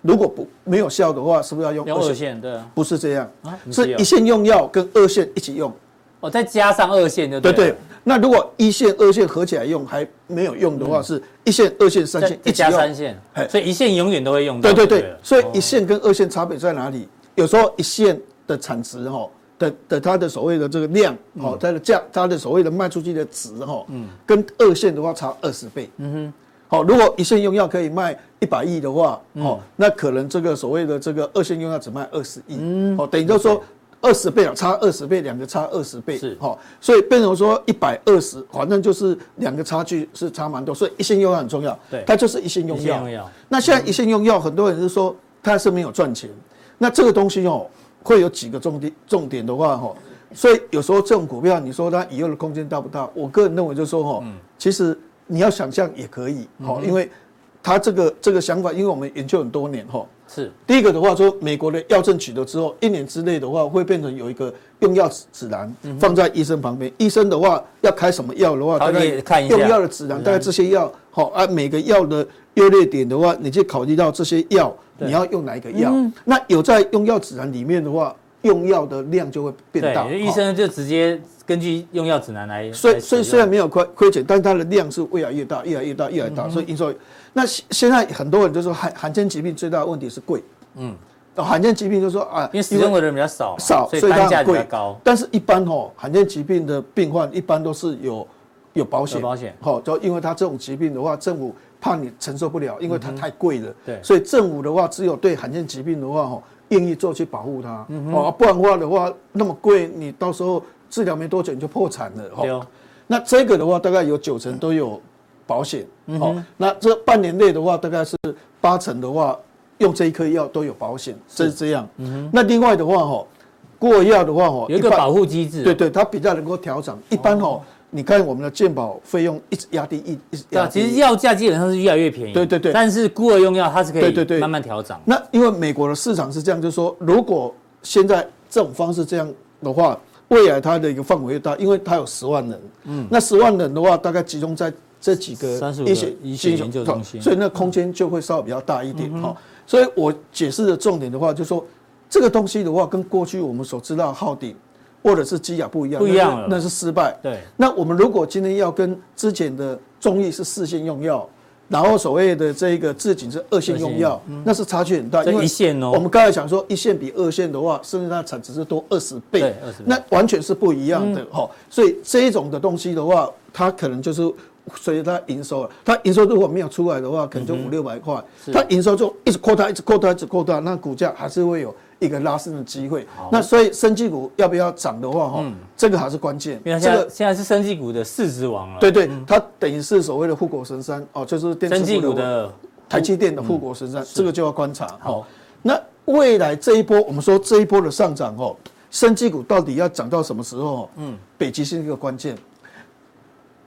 [SPEAKER 4] 如果不没有效的话，是不是要用
[SPEAKER 1] 用
[SPEAKER 4] 二
[SPEAKER 1] 二
[SPEAKER 4] 线？
[SPEAKER 1] 线对啊，
[SPEAKER 4] 不是这样
[SPEAKER 1] 啊，不是
[SPEAKER 4] 是
[SPEAKER 1] 哦
[SPEAKER 4] 一线用药跟二线一起用。
[SPEAKER 1] 哦，再加上二线就
[SPEAKER 4] 对
[SPEAKER 1] 对
[SPEAKER 4] 对
[SPEAKER 1] 了，，
[SPEAKER 4] 那如果一线、二线合起来用还没有用的话，是一线、二线、三
[SPEAKER 1] 再
[SPEAKER 4] 线
[SPEAKER 1] 嗯再
[SPEAKER 4] 一起
[SPEAKER 1] 加三
[SPEAKER 4] 用。
[SPEAKER 1] 线
[SPEAKER 4] 哎，
[SPEAKER 1] 所以一线永远都会用到，
[SPEAKER 4] 对对对
[SPEAKER 1] 了，哦
[SPEAKER 4] 所以一线跟二线差别在哪里？有时候一线的产值哈的的它的所谓的这个量
[SPEAKER 1] 嗯
[SPEAKER 4] 哦，它的价，它的所谓的卖出去的值哈，跟二线的话差二十倍。嗯哼。好，如果一线用药可以卖一百亿的话，
[SPEAKER 1] 嗯
[SPEAKER 4] 哦，那可能这个所谓的这个二线用药只卖二十亿，
[SPEAKER 1] 嗯
[SPEAKER 4] 哦，等于就是说二十倍啊，差二十倍，两个差二十倍，
[SPEAKER 1] 是
[SPEAKER 4] 哦，所以变成说一百二十，反正就是两个差距是差蛮多，所以一线用药很重要，
[SPEAKER 1] 对
[SPEAKER 4] 它就是一线用
[SPEAKER 1] 一线
[SPEAKER 4] 药，
[SPEAKER 1] 用药
[SPEAKER 4] 那现在一线用药，很多人是说它是没有赚钱。那这个东西哦，会有几个重点重点的话哦，所以有时候这种股票，你说它以后的空间大不大？我个人认为就是说
[SPEAKER 1] 嗯
[SPEAKER 4] 哦，其实你要想象也可以哦，因为它这个这个想法，因为我们研究很多年哦。
[SPEAKER 1] 是
[SPEAKER 4] 第一个的话说，美国的药证取得之后，一年之内的话，会变成有一个用药指南
[SPEAKER 1] 嗯
[SPEAKER 4] 放在医生旁边。医生的话要开什么药的话，
[SPEAKER 1] 他
[SPEAKER 4] 大
[SPEAKER 1] 可以
[SPEAKER 4] 概
[SPEAKER 1] 看一下嗯
[SPEAKER 4] 用药的指南，大概这些药好啊，每个药的优劣点的话，你去考虑到这些药
[SPEAKER 1] 对嗯
[SPEAKER 4] 你要用哪一个药。那有在用药指南里面的话，用药的量就会变大。
[SPEAKER 1] 对，医
[SPEAKER 4] 好
[SPEAKER 1] 生就直接根据用药指南来，
[SPEAKER 4] 所以
[SPEAKER 1] 来
[SPEAKER 4] 所以
[SPEAKER 1] 使
[SPEAKER 4] 虽然
[SPEAKER 1] 用
[SPEAKER 4] 没有亏亏钱，但它的量是越来越大，越来越大，越来
[SPEAKER 1] 嗯
[SPEAKER 4] 越大。所以营收，那现现在很多人就说罕罕见疾病最大的问题是贵，嗯，罕见疾病就说啊，
[SPEAKER 1] 因为使用的人比较少嘛，
[SPEAKER 4] 少，
[SPEAKER 1] 所
[SPEAKER 4] 所
[SPEAKER 1] 以
[SPEAKER 4] 以
[SPEAKER 1] 单
[SPEAKER 4] 它
[SPEAKER 1] 价
[SPEAKER 4] 很
[SPEAKER 1] 比较
[SPEAKER 4] 贵
[SPEAKER 1] 高。。
[SPEAKER 4] 但是，一般哦，罕见疾病的病患一般都是有有保险，
[SPEAKER 1] 有保险
[SPEAKER 4] 好，就因为他这种疾病的话，政府怕你承受不了，因为它太贵了，
[SPEAKER 1] 嗯对
[SPEAKER 4] 所以政府的话，只有对罕见疾病的话，哦，愿意做去保护它，
[SPEAKER 1] 嗯
[SPEAKER 4] 哦，不然的话的话，那么贵，你到时候治疗没多久你就破产了，
[SPEAKER 1] 对哦，
[SPEAKER 4] 那这个的话，大概有九成都有保险，
[SPEAKER 1] 嗯
[SPEAKER 4] 哦，那这半年内的话，大概是八成的话，用这一颗药都有保险，这是这样。那另外的话，哈，过药的话，哈，
[SPEAKER 1] 嗯有一个
[SPEAKER 4] 般
[SPEAKER 1] 保护机制，
[SPEAKER 4] 对对，它比较能够调整。一般哦，你看我们的健保费用一直压低，一一直
[SPEAKER 1] 对
[SPEAKER 4] 压
[SPEAKER 1] 啊，
[SPEAKER 4] 低。
[SPEAKER 1] 其实药价基本上是越来越便宜。
[SPEAKER 4] 对对对
[SPEAKER 1] 但是孤儿用药它是可
[SPEAKER 4] 对对
[SPEAKER 1] 以
[SPEAKER 4] 对嗯
[SPEAKER 1] 慢慢调涨。
[SPEAKER 4] 那因为美国的市场是这样，就是说，如果现在这种方式这样的话，未来它的一个范围越大，因为它有十万人，嗯，那十万人的话，大概集中在这几个
[SPEAKER 1] 35个医学
[SPEAKER 4] 金
[SPEAKER 1] 研究
[SPEAKER 4] 融
[SPEAKER 1] 中心嗯
[SPEAKER 4] 所以那空间就会稍微比较大一点哈、所以我解释的重点的话，就是说这个东西的话，跟过去我们所知道的浩鼎或者是基亚不一样，
[SPEAKER 1] 不一样
[SPEAKER 4] 那是
[SPEAKER 1] 了
[SPEAKER 4] 那是失败。
[SPEAKER 1] 对，
[SPEAKER 4] 那我们如果今天要跟之前的中医是四线用药，然后所谓的这个自警是二线用药，那是差距很大。
[SPEAKER 1] 嗯这
[SPEAKER 4] 因为
[SPEAKER 1] 一线哦
[SPEAKER 4] 我们刚才讲说一线比二线的话，甚至它产值是多二十
[SPEAKER 1] 对
[SPEAKER 4] 倍
[SPEAKER 1] 20倍，嗯
[SPEAKER 4] 那完全是不一样的哈。所以这一种的东西的话，它可能就是。所以它营收了，它营收如果没有出来的话，可
[SPEAKER 1] 嗯
[SPEAKER 4] 能就五六百块。它营收就一直扩大，一直扩大，一直扩大，那股价还是会有一个拉升的机会。那所以，生技股要不要涨的话，哈，这个还是关键。
[SPEAKER 1] 嗯因为它
[SPEAKER 4] 这
[SPEAKER 1] 现在、
[SPEAKER 4] 个
[SPEAKER 1] 现在是生技股的市值王了，
[SPEAKER 4] 对，对，它等于是所谓的护国神山哦，就是电
[SPEAKER 1] 生
[SPEAKER 4] 子
[SPEAKER 1] 技股
[SPEAKER 4] 股的
[SPEAKER 1] 的
[SPEAKER 4] 台积电的护国神山，这个就要观察。
[SPEAKER 1] 好
[SPEAKER 4] 好，那未来这一波，我们说这一波的上涨哦，生技股到底要涨到什么时候？嗯，北极星是一个关键。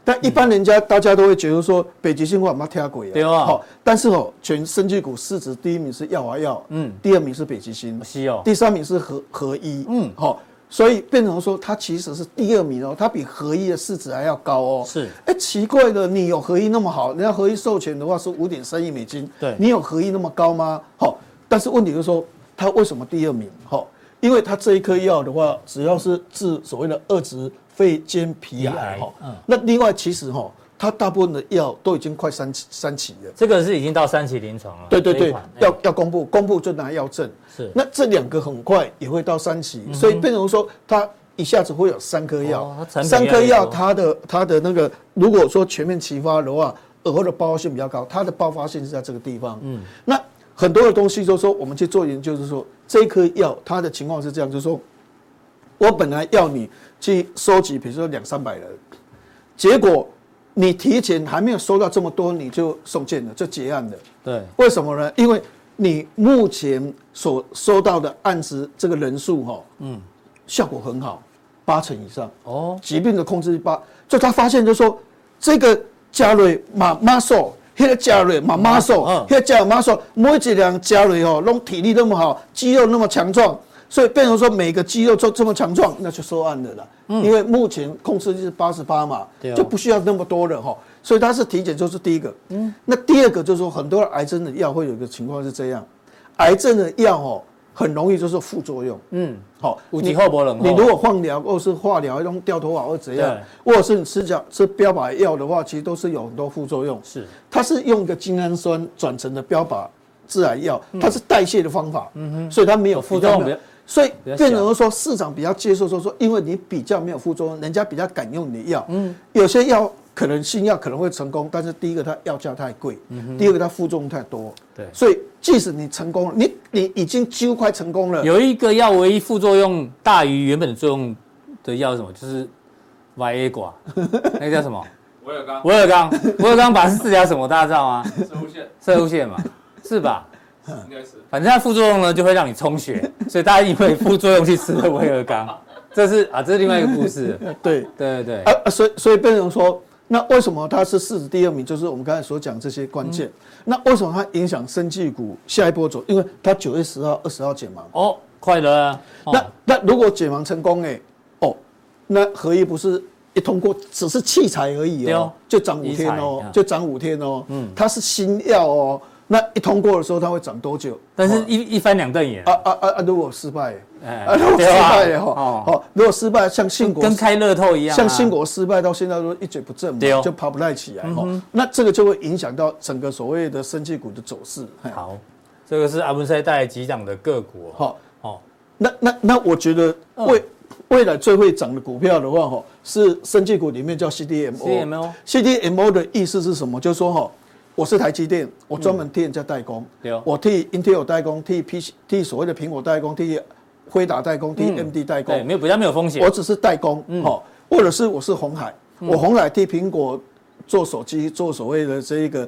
[SPEAKER 4] 但一般人家大家都会觉得说北极星我妈听鬼啊，
[SPEAKER 1] 对啊
[SPEAKER 4] 好，但是哦，全生技股市值第一名是药华药，
[SPEAKER 1] 嗯
[SPEAKER 4] 嗯，第二名是北极星，
[SPEAKER 1] 西哦，
[SPEAKER 4] 第三名是合合一，嗯，好、所以变成说它其实是第二名哦，它比合一的市值还要高哦。
[SPEAKER 1] 是
[SPEAKER 4] 哎、奇怪了，你有合一那么好，人家合一授权的话是五点三亿美金，
[SPEAKER 1] 对
[SPEAKER 4] 你有合一那么高吗？好、但是问题就是说它为什么第二名？好、因为它这一颗药的话，只要是治所谓的二指肺间皮
[SPEAKER 1] 皮癌
[SPEAKER 4] 癌哈、
[SPEAKER 1] 嗯
[SPEAKER 4] 那另外其实哈、它大部分的药都已经快三期三期了。
[SPEAKER 1] 这个是已经到三期临床了，
[SPEAKER 4] 对对
[SPEAKER 1] 这一
[SPEAKER 4] 对
[SPEAKER 1] 款，
[SPEAKER 4] 要
[SPEAKER 1] 哎
[SPEAKER 4] 要公布，公布就拿药证。
[SPEAKER 1] 是嗯
[SPEAKER 4] 那这两个很快也会到三期，所以变成说它一下子会有三颗药
[SPEAKER 1] 哦它，产品
[SPEAKER 4] 三颗
[SPEAKER 1] 越来越
[SPEAKER 4] 药
[SPEAKER 1] 多
[SPEAKER 4] 它的它的那个，如果说全面齐发的话，耳后的爆发性比较高，它的爆发性是在这个地方。嗯，那很多的东西就是说，我们去做研究，就是说这一颗药它的情况是这样，就是说我本来要你去收集，比如说两三百人，结果你提前还没有收到这么多，你就送件了，就结案了。
[SPEAKER 1] 对
[SPEAKER 4] 为什么呢？因为你目前所收到的案子这个人数哈、嗯，效果很好，八成以上，
[SPEAKER 1] 哦，
[SPEAKER 4] 疾病的控制八，就他发现就说这个加瑞马马索。迄个加瑞马马索
[SPEAKER 1] 嗯，
[SPEAKER 4] 迄个加瑞马索，每一个人加瑞哦，拢体力那么好，肌肉那么强壮，所以变成说每个肌肉都这么强壮，那就收案了啦。因为目前控制率是八十八嘛
[SPEAKER 1] 嗯对哦，
[SPEAKER 4] 就不需要那么多人哈，所以它是体检就是第一个。嗯，那第二个就是说，很多的癌症的药会有一个情况是这样，癌症的药哦，很容易就是副作用。
[SPEAKER 1] 嗯，
[SPEAKER 4] 好，
[SPEAKER 1] 有
[SPEAKER 4] 你
[SPEAKER 1] 一好无两好
[SPEAKER 4] 你如果放疗或是化疗，用掉头发或怎样，或者是你吃讲吃标靶药的话，其实都是有很多副作用。
[SPEAKER 1] 是
[SPEAKER 4] 它是用一个精氨酸转成的标靶致癌药，它是代谢的方法，所以它没有
[SPEAKER 1] 嗯副作用比较
[SPEAKER 4] 所以
[SPEAKER 1] 比较
[SPEAKER 4] 变
[SPEAKER 1] 小
[SPEAKER 4] 成说市场比较接受，说说因为你比较没有副作用，人家比较敢用你的药。
[SPEAKER 1] 嗯
[SPEAKER 4] 有些药可能新药可能会成功，但是第一个它药价太贵，
[SPEAKER 1] 嗯
[SPEAKER 4] 第二个它副作用太多。
[SPEAKER 1] 对
[SPEAKER 4] 所以即使你成功了，你你已经几乎快成功了，
[SPEAKER 1] 有一个药唯一副作用大于原本的作用的药是什么？就是 Viagra，那个叫什么？
[SPEAKER 5] 我有刚
[SPEAKER 1] 维尔刚，维尔刚靶是治疗什么？大家知道吗？
[SPEAKER 5] 生物线，
[SPEAKER 1] 射入腺嘛，是吧？
[SPEAKER 5] 应该是
[SPEAKER 1] 反正它副作用呢就会让你充 血，所以大家因为副作用去吃了维尔刚，这是啊，这是另外一个故事。
[SPEAKER 4] 对。
[SPEAKER 1] 对对
[SPEAKER 4] 啊
[SPEAKER 1] 对，
[SPEAKER 4] 啊，所以所以变成说，那为什么它是市值第二名？就是我们刚才所讲这些关
[SPEAKER 1] 嗯
[SPEAKER 4] 键。那为什么它影响生技股下一波走？因为它九月十号、二十号解盲。
[SPEAKER 1] 哦，快乐啊！哦
[SPEAKER 4] 那那如果解盲成功，哎，哦，那合一不是一通过，只是器材而已
[SPEAKER 1] 对哦
[SPEAKER 4] 哦，就涨五天
[SPEAKER 1] 器
[SPEAKER 4] 哦
[SPEAKER 1] 材啊，
[SPEAKER 4] 就涨五天哦。嗯，它是新药哦，那一通过的时候它会涨多久？
[SPEAKER 1] 但是
[SPEAKER 4] 哦
[SPEAKER 1] 一一翻两瞪眼
[SPEAKER 4] 啊，啊啊啊！如果失败，
[SPEAKER 1] 哎
[SPEAKER 4] 啊，如果失败了，
[SPEAKER 1] 哦
[SPEAKER 4] 哦，哦，如果失败，像信国
[SPEAKER 1] 跟开乐透一样啊，
[SPEAKER 4] 像新国失败到现在都一蹶不振嘛
[SPEAKER 1] 对哦，
[SPEAKER 4] 就爬不太起来哦。那这个就会影响到整个所谓的生技股的走势。嘿，
[SPEAKER 1] 哎好，这个是阿文塞带几档的个股哦。
[SPEAKER 4] 好，
[SPEAKER 1] 哦，
[SPEAKER 4] 那那那我觉得
[SPEAKER 1] 嗯
[SPEAKER 4] 未未来最会涨的股票的话，哈，是生技股里面叫 CDMO。
[SPEAKER 1] CMO
[SPEAKER 4] CDMO 的意思是什么？就是说哈，我是台积电，我专门替人家代工
[SPEAKER 1] 对哦，
[SPEAKER 4] 我替 Intel 代工，替 P 替所谓的苹果代工，替辉达代工，替 MD 代
[SPEAKER 1] 嗯对，
[SPEAKER 4] 工
[SPEAKER 1] 没。有比较没有风险嗯
[SPEAKER 4] 我。只是代工，哦，或者是我是红海，我红海替苹果做手机，做所谓的这一个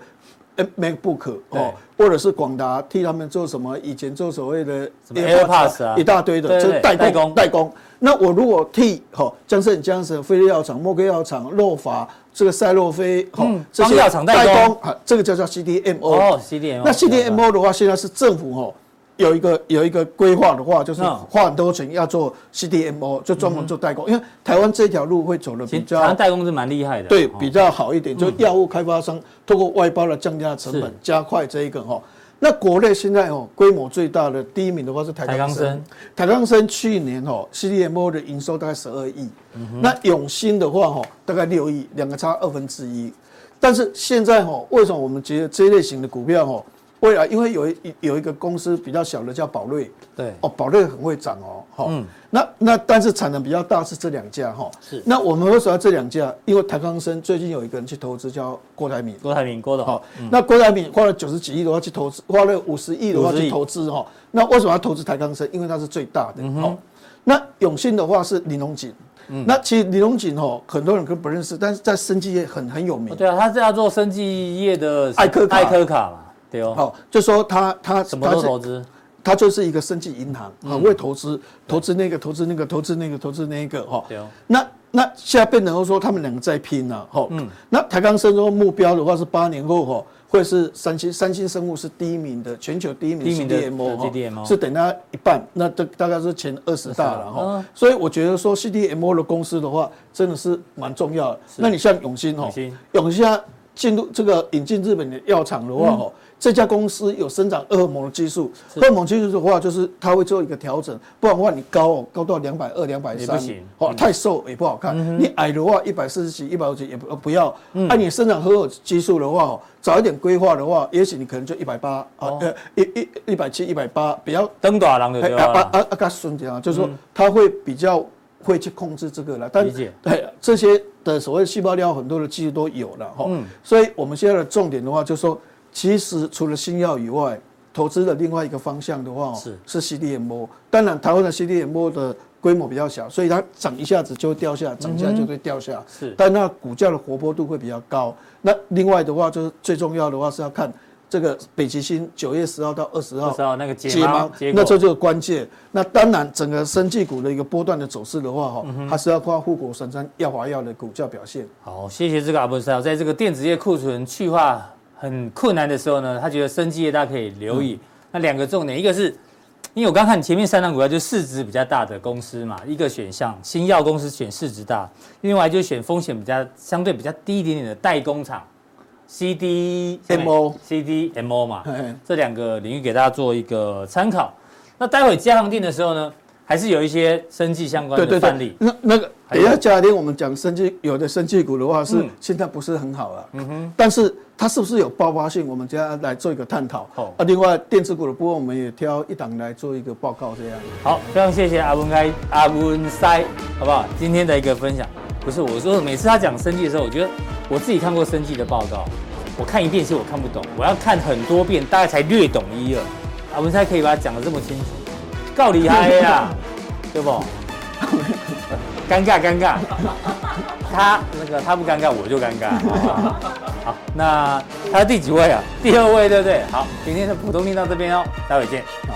[SPEAKER 4] 呃 MacBook 哦，或者是广达替他们做什么，以前做所谓的
[SPEAKER 1] 什么 AirPods 啊
[SPEAKER 4] 一大堆的，
[SPEAKER 1] 对对
[SPEAKER 4] 这
[SPEAKER 1] 对
[SPEAKER 4] 是代
[SPEAKER 1] 代工
[SPEAKER 4] 工代工。那我如果替哦，江盛江省、飞利药厂、默克药厂、洛法这个赛洛菲，哦
[SPEAKER 1] 嗯，
[SPEAKER 4] 这些
[SPEAKER 1] 帮药厂代工
[SPEAKER 4] 啊，这个叫做 CDMO
[SPEAKER 1] 哦，CDMO
[SPEAKER 4] 那 CDMO 的话，现在是政府哦。有一个有一个规划的话，就是
[SPEAKER 1] 嗯
[SPEAKER 4] 花很多钱要做 CDMO，就专门做代工，因为台湾这条路会走的
[SPEAKER 1] 其
[SPEAKER 4] 比
[SPEAKER 1] 实台湾
[SPEAKER 4] 较
[SPEAKER 1] 代工是蛮厉害的。
[SPEAKER 4] 对
[SPEAKER 1] 哦
[SPEAKER 4] 比较好一点，就药物开发商通过外包来降低它的成
[SPEAKER 1] 是
[SPEAKER 4] 本，加快这一个哈。那国内现在哦，规模最大的第一名的话是台
[SPEAKER 1] 台
[SPEAKER 4] 钢
[SPEAKER 1] 钢
[SPEAKER 4] 生
[SPEAKER 1] 生，
[SPEAKER 4] 台钢生去年哦 CDMO 的
[SPEAKER 1] 嗯
[SPEAKER 4] 营收大概十二亿，那永兴的话哦大概六亿，两个差二分之一。但是现在哈、为什么我们觉得这一类型的股票哈、未来因为有一有一个公司比较小的叫宝瑞，
[SPEAKER 1] 对，
[SPEAKER 4] 哦，宝瑞很会涨哦，哈、
[SPEAKER 1] 嗯
[SPEAKER 4] 那那但是产能比较大是这两家哈、
[SPEAKER 1] 是
[SPEAKER 4] 那我们为什么要这两家？因为台康生最近有一个人去投资叫郭台铭，
[SPEAKER 1] 郭台铭，郭董，
[SPEAKER 4] 好、那郭台铭花了九十几亿的话去投资，花了五十亿的话
[SPEAKER 1] 50亿
[SPEAKER 4] 去投资哈、那为什么要投资台康生？因为它是最大
[SPEAKER 1] 嗯
[SPEAKER 4] 的。好、那永信的话是林隆锦，那其实林隆锦哦，很多人可能不认识，但是在生技业很很有名
[SPEAKER 1] 哦。对啊，他是要做生技业的
[SPEAKER 4] 艾科卡
[SPEAKER 1] 艾科卡嘛，对哦，
[SPEAKER 4] 好、就说他他
[SPEAKER 1] 什么都
[SPEAKER 4] 他是
[SPEAKER 1] 投资，
[SPEAKER 4] 它就是一个生技银行，
[SPEAKER 1] 嗯
[SPEAKER 4] 很会投资，投资那个，投资那个，投资那个，投资那一个哈。
[SPEAKER 1] 对哦
[SPEAKER 4] 那那现在变成说他们两个在拼了哈。
[SPEAKER 1] 嗯
[SPEAKER 4] 那台钢生说目标的话是八年后哈，会是三星三星生物是第一名的，全球第一
[SPEAKER 1] 第一
[SPEAKER 4] 名是
[SPEAKER 1] 名的
[SPEAKER 4] DMO
[SPEAKER 1] 对 CDMO
[SPEAKER 4] 哈，是等它一半，那大大概是前二十大了
[SPEAKER 1] 嗯
[SPEAKER 4] 哈。所以我觉得说 CDMO 的公司的话，真的是蛮重要的。那你像永兴哈
[SPEAKER 1] 永兴，
[SPEAKER 4] 永兴它进入这个引进日本的药厂的话哈。
[SPEAKER 1] 嗯
[SPEAKER 4] 这家公司有生长荷尔蒙的激素，荷尔蒙激素的话，就是它会做一个调整，不然的话你高哦，高到两百二、两百
[SPEAKER 1] 也
[SPEAKER 4] 三
[SPEAKER 1] 不行，嗯
[SPEAKER 4] 哦，太瘦也不好看。你矮的话，一百四十几、一百五十也不不要。
[SPEAKER 1] 嗯
[SPEAKER 4] 按、你生长荷尔激素的话，哦，早一点规划的话，也许你可能就一百八
[SPEAKER 1] 哦
[SPEAKER 4] 啊，呃，一一一百七、一百八，不要
[SPEAKER 1] 登短郎的对
[SPEAKER 4] 哎啊
[SPEAKER 1] 吧
[SPEAKER 4] 啊？啊！他顺点啊，就是说他会比较会去控制这个了。但
[SPEAKER 1] 理解
[SPEAKER 4] 对这些的所谓细胞疗法很多的技术都有了哈。所以我们现在的重点的话，就是说，其实除了新药以外，投资的另外一个方向的话哦是 CDMO。当然，台湾的 CDMO 的规模比较小，所以它涨一下子就会掉下，涨一下就会掉下。
[SPEAKER 1] 是
[SPEAKER 4] 但那股价的活泼度会比较高。那另外的话，就是最重要的话是要看。这个北极星九月十号到二十号
[SPEAKER 1] 不知，道那个解
[SPEAKER 4] 解
[SPEAKER 1] 盲
[SPEAKER 4] 盲，
[SPEAKER 1] 结
[SPEAKER 4] 那
[SPEAKER 1] 果
[SPEAKER 4] 这就是关键。那当然，整个生技股的一个波段的走势的话，
[SPEAKER 1] 嗯
[SPEAKER 4] 哈、还是要靠护国神山药华药的股价表现。
[SPEAKER 1] 好，谢谢这个阿文哦山，在这个电子业库存去化很困难的时候呢，他觉得生机业大家可以留
[SPEAKER 4] 嗯
[SPEAKER 1] 意。那两个重点，一个是因为我刚看前面三档股票，就市值比较大的公司嘛，一个选项新药公司选市值大，另外就选风险比较相对比较低一点点的代工厂，CD
[SPEAKER 4] MO
[SPEAKER 1] CD MO 嘛
[SPEAKER 4] 嘿嘿，
[SPEAKER 1] 这两个领域给大家做一个参考。那待会加航定的时候呢，还是有一些生技相关
[SPEAKER 4] 对
[SPEAKER 1] 哦的
[SPEAKER 4] 对
[SPEAKER 1] 范
[SPEAKER 4] 对
[SPEAKER 1] 例，。
[SPEAKER 4] 那那个
[SPEAKER 1] 还
[SPEAKER 4] 等
[SPEAKER 1] 有
[SPEAKER 4] 一下，嘉玲，我们讲生技，有的生技股的话是、
[SPEAKER 1] 嗯
[SPEAKER 4] 现在不是很好啊，嗯哼，但是它是不是有爆发性，我们将来做一个探讨。
[SPEAKER 1] 好
[SPEAKER 4] 啊，另外电子股的部分，我们也挑一档来做一个报告，这样。
[SPEAKER 1] 好，非常谢谢阿文开阿文塞，好不好？今天的一个分享，不是我说每次他讲生计的时候，我觉得我自己看过生计的报告，我看一遍其实我看不懂，我要看很多遍，大概才略懂一二。阿文塞可以把它讲得这么清楚，够厉害呀、对不？尴尬尴尬，他那个他不尴尬我就尴尬，好不好？好，那他第几位啊？第二位对不对？好，今天的浦东听到这边哦，待会见。好。